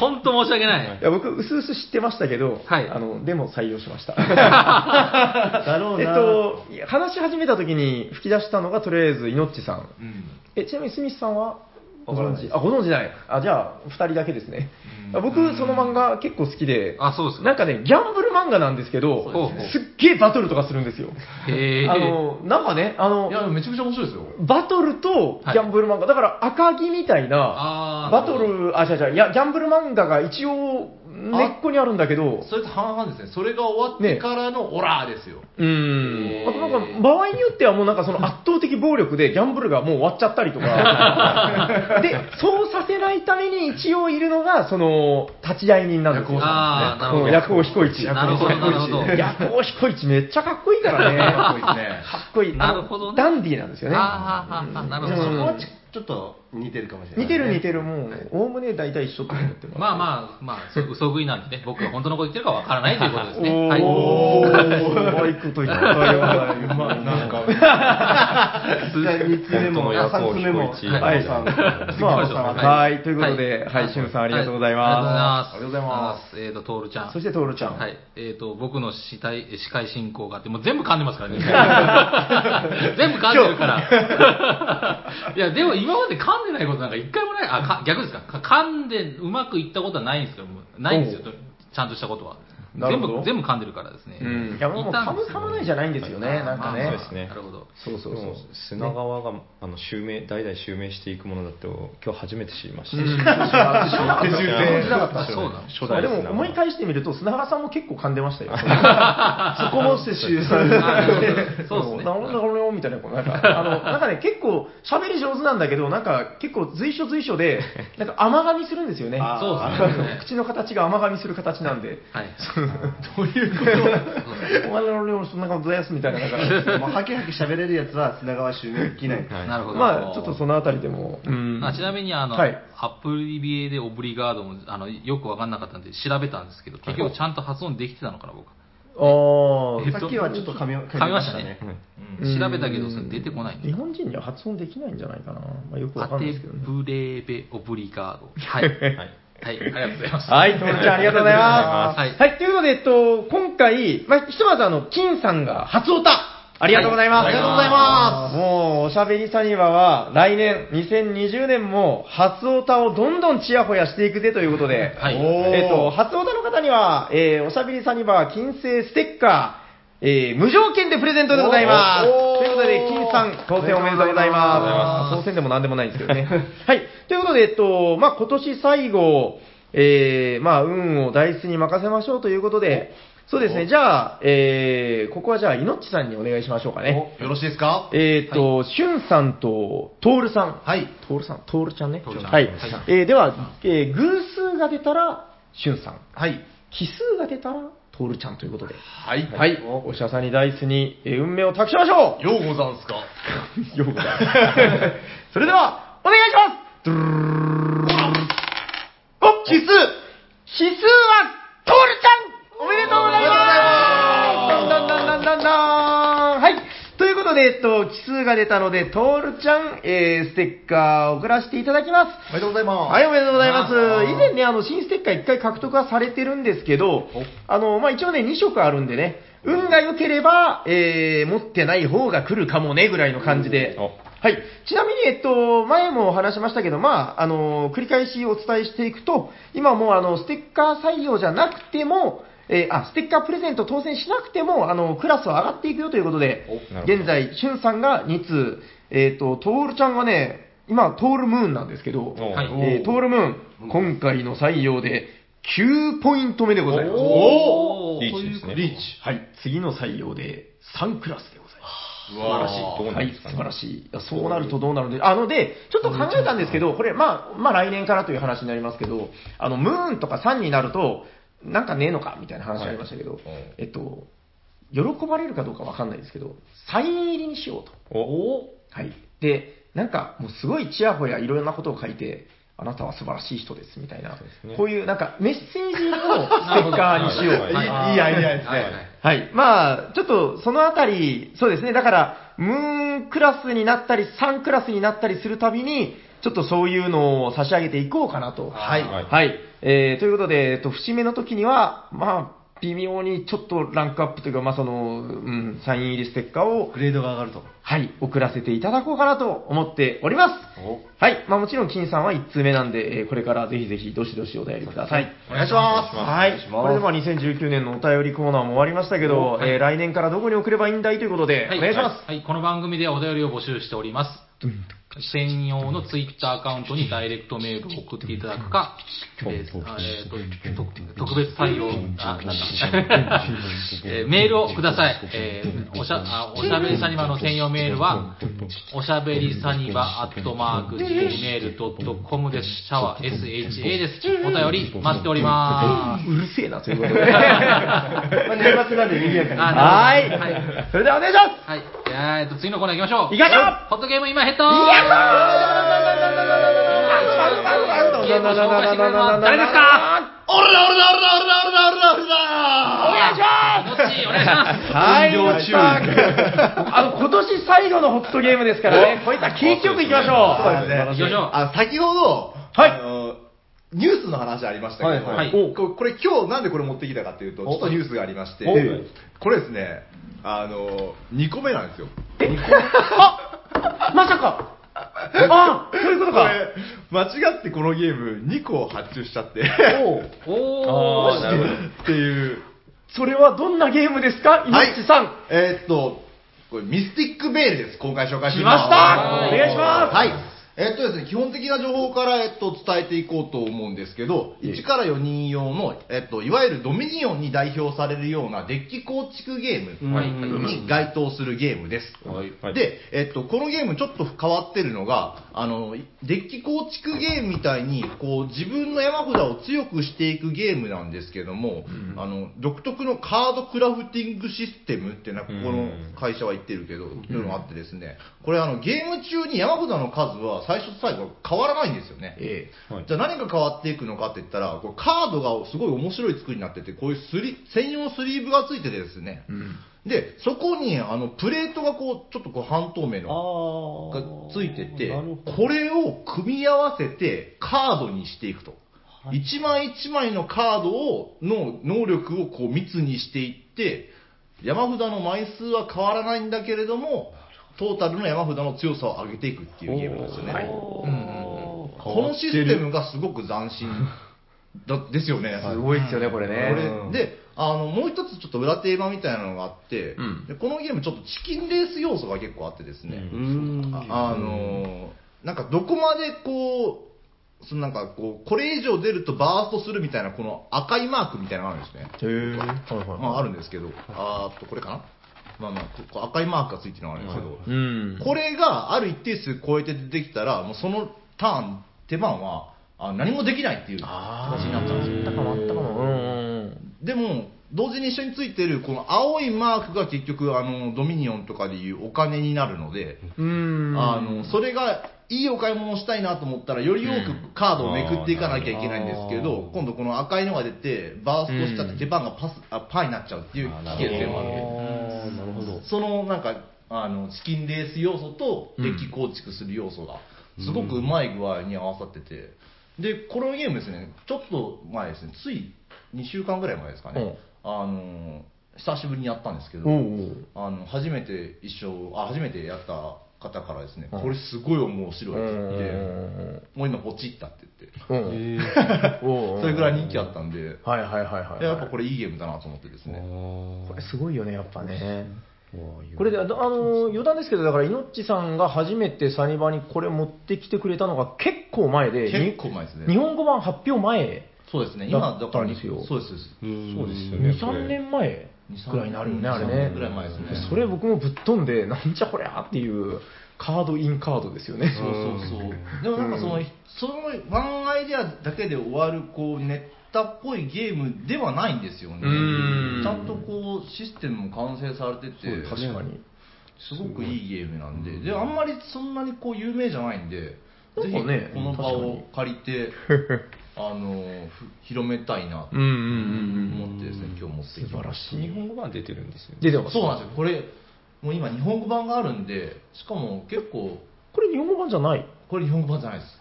S1: 本当申し訳ない。
S2: いや僕、うすうす知ってましたけど、
S1: はい
S2: あの、でも採用しました。
S3: だろ
S2: *laughs*
S3: う
S2: えっ
S3: な
S2: と、いや話し始めた時に吹き出したのが、とりあえず、いのっちさん。
S5: うん。
S2: え、ちなみに、スミスさんはご
S3: わから
S2: 存
S3: ない
S2: 知
S3: です
S2: あ、ご存知ない。あ、じゃあ、二人だけですね。僕、その漫画結構好きで、
S1: あ、そうですか。
S2: なんかね、ギャンブル漫画なんですけど、
S1: そうです
S2: すっげえバトルとかするんですよ。
S1: へえ。
S2: あの、なんかね、あの
S5: い、や、でもめちゃくちゃ面白いですよ。
S2: バトルとギャンブル漫画、だから赤木みたいな、
S1: あー
S2: バト。ル、あ、違う違う、いや、ギャンブル漫画が一応根っこにあるんだけど、
S5: それと半々ですね。それが終わってからのオラーですよ。
S2: う
S1: へ
S2: ん。
S1: ー
S2: あとなんか、場合によってはもうなんかその圧倒的暴力でギャンブルがもう終わっちゃったり
S1: *laughs*
S2: とか、で、そうさせないために一応いるのが、その、立ち会い人なんですよ。
S1: あーなるほど
S2: うん役を彦一。
S1: なるほど、なるほど。
S2: 夜行彦一めっちゃかっこいいからね。かっこいいです
S5: ね
S2: あの
S1: なるほどね
S2: ダンディーなんですよね。
S1: あーはーはーはーなるほど
S2: うん
S1: そこは
S3: ちょっと似てるかもしれない
S2: 似てる似てる、もう、おおむね大体一緒と思ってます。
S1: まあまあ、まあ、そう嘘食いなんでね、僕が本当のこと言ってるかわからないということですね。
S2: お
S1: はい。
S2: おー、うまいこと
S1: *laughs*
S2: 言ったよ。
S5: うまい、なんか。
S3: 2つ目も
S6: 本当の夜
S3: 3つ目も
S6: 行彦一
S3: はいさん
S2: まあ
S1: は
S2: はい、ということで、はい、しゅんさんありがとうござい
S1: は
S2: ま
S1: ありがとうございます。ありがとうございます。えっと、トールちゃん。
S2: す。そして、トールちゃん。
S1: はい。えっ、と、僕の司会、司会進行があって、もう全部噛んでます
S2: *laughs*
S1: からね。全部噛んでるから。いや、でも今まで噛んでないことなんか一回もない。あ、か逆ですか。か噛んでうまくいったことはないんですけど、もうないんですよ、とちゃんとしたことは。
S10: なるほ
S1: 全
S10: ど
S1: 部、全部噛んでるからですね。
S10: うん
S2: いや、もう
S1: 一旦
S2: 噛む噛まないじゃないんですよね、なん
S1: まあ
S2: かね
S1: まあ。
S6: そうですね
S1: なるほど。
S10: そうそうそう
S6: でも砂川があの襲名代々襲名していくものだって今日初めて知りました、
S10: 手
S6: 知ら
S10: 順で
S6: なかった
S1: そうなの
S6: 初
S2: そう
S6: 代
S2: で
S6: 砂
S2: も
S6: 川
S2: 思い返してみると、砂川さんも結構噛んで
S10: *laughs*
S2: ましたよ。
S10: そこも世襲される
S1: あなるほどそうですね。
S2: なんだこれみたいな、こうなんか、あの、なんかね、結構、喋り上手なんだけど、なんか、結構随所随所で、なんか甘噛みするんですよね。
S3: あ
S1: そう
S2: あ
S1: です
S2: の
S1: ね。
S2: 口の形が甘噛みする形なんで。
S1: はい。
S2: お前ら俺もそんなことですみたいな、だから。
S3: もうハキハキ喋れるやつは砂川襲名できない。
S1: なるほど。
S2: まあ、ちょっとそのあたりでも、うん。
S1: あちなみにあの、
S2: はい
S1: アプリビエでオブリガードもあのよく分かんなかったんで調べたんですけど、結局ちゃんと発音できてたのかな、僕。
S2: あー
S1: え
S3: さっきはちょっと噛み
S1: 噛みましたね。。
S2: うん
S1: 調べたけど、それ出てこないん
S2: 日
S1: で。
S2: 本人には発音できないんじゃないかな。まあ、よくわ
S1: ア
S2: かんない
S1: テ
S2: ですけどね。
S1: ブレーベオブリガード。はい。はい。ありがとうございます。
S2: はい、トムちゃんありがとうございます。
S1: あ
S2: は
S1: りがとう
S2: い
S1: ございますは
S2: ということで、えっと、今回、まあ、ひとまずあの、金さんが初歌ありがとうございます。
S1: はい
S2: す。もう、おしゃべりサニバは、来年、2020年も、初歌をどんどんちやほやしていくぜということで、
S1: はい
S2: えっと、初歌の方には、えーおしゃべりサニバ金星ステッカー、えー無条件でプレゼントでございます。ということで、金さん、当選おめでとうございます。当選でも何でもないんですけど
S1: *laughs*
S2: ね。はい。ということで、えっと、まあ、今年最後、えー、まあ、運をダイスに任せましょうということで、そうですね、じゃあ、えー、ここはじゃあ、いのっちさんにお願いしましょうかね。
S5: よろしいですか
S2: えーっと、しゅんさんと、とおるさん。
S5: はい。
S2: とおるさん、とおるちゃんね。
S1: トオルちゃん
S2: はい
S1: はい。
S2: えーでは、えー偶数が出たら、しゅんさん。
S5: はい。
S2: 奇数が出たら、とおるちゃんということで。
S5: はい。
S2: はい。おしゃさにダイスに、えー運命を託しましょ
S5: ようござんすか。
S2: う *laughs* ようございます。それでは、お願いしますドゥルルルルルルお奇数奇数は、とおるちゃんおめでとうございますだんだんだんだんだんだんはいということで、えっと、奇数が出たので、とおるちゃん、えー、ステッカーを送らせていただきます。
S5: おめでとうございます。
S2: はい、おめでとうございます。以前ね、あの、新ステッカー1回獲得はされてるんですけど、あの、まあ、一応ね、2色あるんでね、運が良ければ、えー、持ってない方が来るかもね、ぐらいの感じで。はい。ちなみに、えっと、前も話しましたけど、まあ、あの、繰り返しお伝えしていくと、今もう、あの、ステッカー採用じゃなくても、えーあ、ステッカープレゼント当選しなくても、あの、クラスは上がっていくよということで、現在、しゅんさんが2通、えっ、と、トールちゃんがね、今、トールムーンなんですけど、
S1: はい
S2: えートールムーン、今回の採用で9ポイント目でございます。
S1: お
S6: リーチですね
S1: リーチ。
S2: はい、次の採用で3クラスでございます。
S5: 素晴らしい。
S6: どうな
S2: は
S6: ん
S2: い
S6: です、か
S2: 素
S6: ね
S2: 晴らしい。いやそうなるとどうなるんで、あので、ちょっと考えたんですけど、これ、まあ、まあ来年からという話になりますけど、あの、ムーンとか3になると、なんかねえのかみたいな話がありましたけど、えっと、喜ばれるかどうかわかんないですけど、サイン入りにしようと。
S6: お
S2: はい。で、なんか、もうすごいちやほやいろんなことを書いて、あなたは素晴らしい人ですみたいな、
S6: すね
S2: こういうなんかメッセージをステッカーにしよう。
S6: なるほど
S2: はい
S1: はい
S3: いいアイデアです
S1: はいはい
S3: ね。
S2: はい。まあ、ちょっとそのあたり、そうですね。だから、ムーンクラスになったり、サンクラスになったりするたびに、ちょっとそういうのを差し上げていこうかなと。はいはい。えーということで、えっと、節目の時には、まあ、微妙にちょっとランクアップというか、まあ、その、うん、サイン入りステッカーを
S3: グレードが上がると。
S2: はい、送らせていただこうかなと思っております。はい、まあもちろん金さんは1通目なんで、えーこれからぜひぜひどしどしお便りください。
S5: お願いします。
S2: はい、これでまあ2019年のお便りコーナーも終わりましたけど、えー来年からどこに送ればいいんだいということで、
S1: はい
S2: お願いします。
S1: はい、この番組ではお便りを募集しております。専用のツイッターアカウントにダイレクトメールを送っていただくか、えーあえーとと特別採用、あなんだ
S2: *laughs*
S1: えーメールをください。えーおしゃあおしゃべりサニバの専用メールは、おしゃべりサニバアットマーク Gmail.com です。シャワー SHA です。お便り待っておりま
S2: うるせえな、ということで。は
S3: まあ、年末なんで賑やか
S1: す。
S3: に。
S1: あ
S2: い、それではお願いします
S1: はい。えーと、次のコーナー行きましょう。
S2: 行きましょう
S1: ホットゲーム今ヘッド
S2: いやー
S1: 誰ですか
S5: 俺だ俺だ俺だ俺だ俺だ俺だ俺だ
S2: お願いします
S1: もっちーお願いします
S2: はい、あの、今年最後のホットゲームですからね、こういった景気よくいきましょう。
S5: そうですね
S1: 行きましょう
S5: あ先ほど、
S2: はい
S5: あのニュースの話ありましたけど、
S1: はいはい
S5: ここれ今日なんでこれ持ってきたかっていうと、ちょっとニュースがありまして、これですね、あの2個目なんですよ。
S2: あまさか。あ、そういうこと
S5: こ
S2: か。
S5: れ間違ってこのゲーム2個発注しちゃって、
S1: おー。
S6: ーなるほど
S5: っていう。
S2: それはどんなゲームですか、イノッチさん。
S5: えーっと、これミスティックベールです。今回紹介す
S2: 来
S5: るの
S2: まし
S5: は
S2: たお願いします、
S5: はい。えっとですね、基本的な情報から、えっと、伝えていこうと思うんですけど、1から4人用の、えっと、いわゆるドミニオンに代表されるようなデッキ構築ゲームに該当するゲームです。
S6: はい
S5: で、えっと、このゲームちょっと変わってるのが、あの、デッキ構築ゲームみたいに、こう、自分の山札を強くしていくゲームなんですけども、あの、独特のカードクラフティングシステムっていうのは、ここの会社は言ってるけど、っていうのがあってですね、これあの、ゲーム中に山札の数は最初と最後変わらないんですよね。
S6: はい
S5: じゃあ何が変わっていくのかって言ったら、これカードがすごい面白い作りになってて、こういうスリ専用スリーブがついててですね、で、そこにあのプレートがこう、ちょっとこう半透明のがついてて、これを組み合わせてカードにしていくと。一枚一枚のカードを、の能力をこう密にしていって、山札の枚数は変わらないんだけれども、トータルの山札の強さを上げていくっていうゲームなんですよね。うんうんこのシステムがすごく斬新だですよ *laughs* ね。
S11: すごいですよね、これね。
S5: これであのもう一つちょっと裏テーマみたいなのがあって、
S11: ん
S5: でこのゲームちょっとチキンレース要素が結構あってですね、ああのーなんかどこまでこうそのなんかこうこれ以上出るとバーストするみたいなこの赤いマークみたいなのがあるんですねまあ、あるんですけど、あーっと、これかな、まあまあ、ここ赤いマークがついてるのがあるんですけど、これがある一定数超えて出てきたら、もうそのターン、手番はあ何もできないっていう形になっちゃうんですよ。でも同時に一緒についてるこの青いマークが結局あのドミニオンとかでいうお金になるのであのそれがいいお買い物をしたいなと思ったらより多くカードをめくっていかなきゃいけないんですけど今度この赤いのが出てバーストしちゃって手番がパスあパーになっちゃうっていう危険性もあってそのなんかあのチキンレース要素とデッキ構築する要素がすごくうまい具合に合わさっててでこのゲームですねちょっと前ですねつい2週間ぐらい前ですかね、あの久しぶりにやったんですけど、あの初めて一緒あ初めてやった方からですね、これすごい面白いって言って、もう今ポチったって言って、それぐらい人気あったんで、
S2: はいはいはいはい、
S5: やっぱこれいいゲームだなと思ってですね。
S2: これすごいよね、やっぱね。これで、あの、あの余談ですけど、だから、いのっちさんが初めてサニバにこれ持ってきてくれたのが結構前で、
S5: 結構前ですね
S2: に日本語版発表前、
S5: そうですね。今だから
S2: だったんですよ
S5: そうですそうです。
S6: そうですよね
S2: 2、。3年前くらいになるよね、あれ
S5: 2 3
S2: ね
S5: 年。ぐらい前ですね
S2: それ僕もぶっ飛んで、なんじゃこりゃっていう、カードインカードですよね。
S5: そうそうそう。でもなんかその、そのワンアイデアだけで終わる、こう、ネタっぽいゲームではないんですよね。ちゃんとこう、システムも完成されてて、
S2: 確かに。
S5: すごくいいゲームなんで、で、あんまりそんなにこう、有名じゃないんで、ぜ
S2: なん
S5: ひ
S2: かね
S5: この場を借りて、あの、ふ広めたいなと
S6: うんうん
S5: 思ってですね、今日持ってきました。
S6: うん。日本語版出てるんですよね。
S2: で、でも、
S5: そうなんですよ。これ、もう今日本語版があるんで、しかも結構、
S2: これ日本語版じゃない。
S5: これ日本語版じゃないです。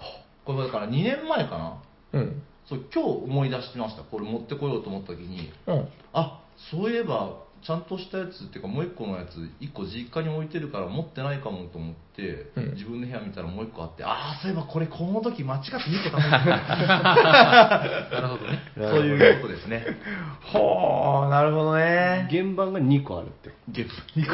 S5: これだから2年前かな。
S2: うん。
S5: そう今日思い出してましたこれ持ってこようと思った時に
S2: うん。
S5: あそういえばちゃんとしたやつっていうかもう一個のやつ一個実家に置いてるから持ってないかもと思って、
S2: うん
S5: 自分の部屋見たらもう一個あってああそういえばこれこの時間違って見て *laughs* たもんそういうことですね
S2: ほー、なるほどね。
S3: 原版が2個あるって
S5: ゲップ2個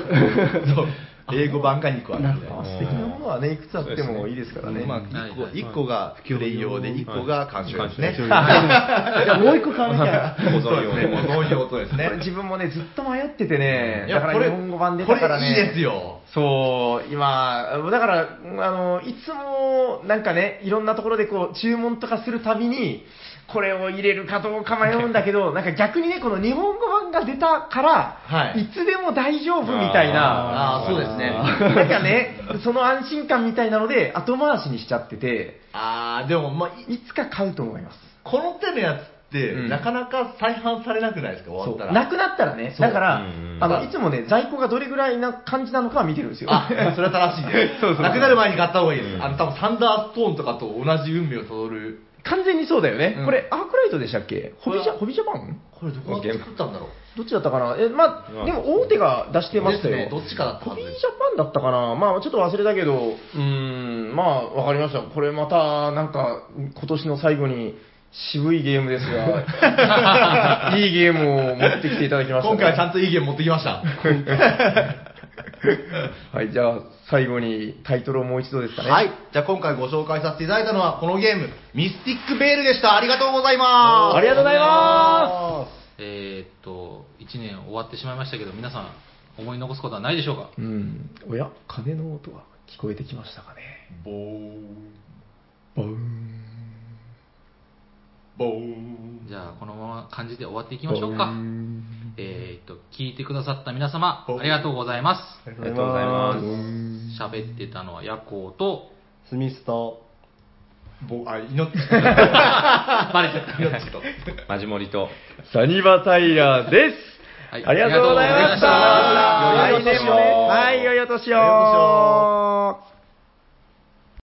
S5: そう英語版が2個あるみたい
S2: あ
S5: な
S2: 素敵なものはね、いくつあってもいいですからね。
S5: まあ、1, 個一個がプレイ用で1個が鑑賞用ですね。 *laughs*
S3: じゃあもう一個買わなきゃ
S5: 保存用ね。保存用とです
S2: これ
S5: ね。
S2: 自分もね、ずっと迷っててね、
S5: い
S2: だ
S5: や
S2: から
S5: これ
S2: 日本語版出たからね。
S5: これいいですよ。
S2: そう、今、だから、あの、いつも、なんかね、いろんなところでこう、注文とかするたびに、これを入れるかどうか迷うんだけ
S5: *laughs*
S2: ど、なんか逆にね、この日本語版が出たから、
S5: はい
S2: い、つでも大丈夫みたいな、
S5: ああ、そうですね。
S2: *laughs* なんかね、その安心感みたいなので、後回しにしちゃってて、
S5: あーでも、まあ、い
S2: いつか買うと思います。
S5: この手のやつって、なかなか再販されなくないですか終わ
S2: そ
S5: っ
S2: う
S5: た
S2: な
S5: ら
S2: くなったらね、だから、
S6: うんうん
S2: あのいつもね、在庫がどれぐらいな感じなのかは見てるんですよ。
S5: あそれは正しいね
S2: *laughs* そうそう
S5: なくなる前に買った方がいいです、あの多分サンダーストーンとかと同じ運命をたどる
S2: 完全にそうだよね、
S5: うん
S2: これ、アークライトでしたっけ、ホビジ
S5: これ
S2: ャ
S5: は
S2: ホビジャパン
S5: これどこで作ったんだろう
S2: どっちだったかな、えまあ、でも大手が出してましたよ、
S5: ですねどっちかだった
S2: ホ
S5: は
S2: ビ
S5: ず
S2: ジャ
S5: です
S2: パンだったかな、まあ、ちょっと忘れたけど、うーん、まあ、わかりました、これまたなんか、今年の最後に渋いゲームです
S5: *laughs*
S2: が、いいゲームを持ってきていただきました、ね、
S5: 今回はちゃんといいゲーム持ってきました。
S2: *laughs* はい、じゃあ最後にタイトルをもう一度ですかね。
S5: はい。じゃあ今回ご紹介させていただいたのはこのゲーム、ミスティックベールでした。ありがとうございます。
S2: ありがとうございます
S1: えー、っと、1年終わってしまいましたけど、皆さん思い残すことはないでしょうか
S2: うん。おや、鐘の音が聞こえてきましたかね。
S5: ボーン。
S2: ボーン。
S5: ボーン。
S1: じゃあこのまま感じで終わっていきましょうか。えー、っと、聞いてくださった皆様、ありがとうございます。。
S2: ありがとうございます
S1: 喋ってたのはヤコウと、
S3: スミスと、
S5: ぼ、あ、いのっちと。
S1: バレちゃった。
S5: いのっちと。
S6: マジモリと、
S2: サニバタイラーです。はい、ありがとうございました。
S5: 良いお年を。
S2: はい、良いお年を。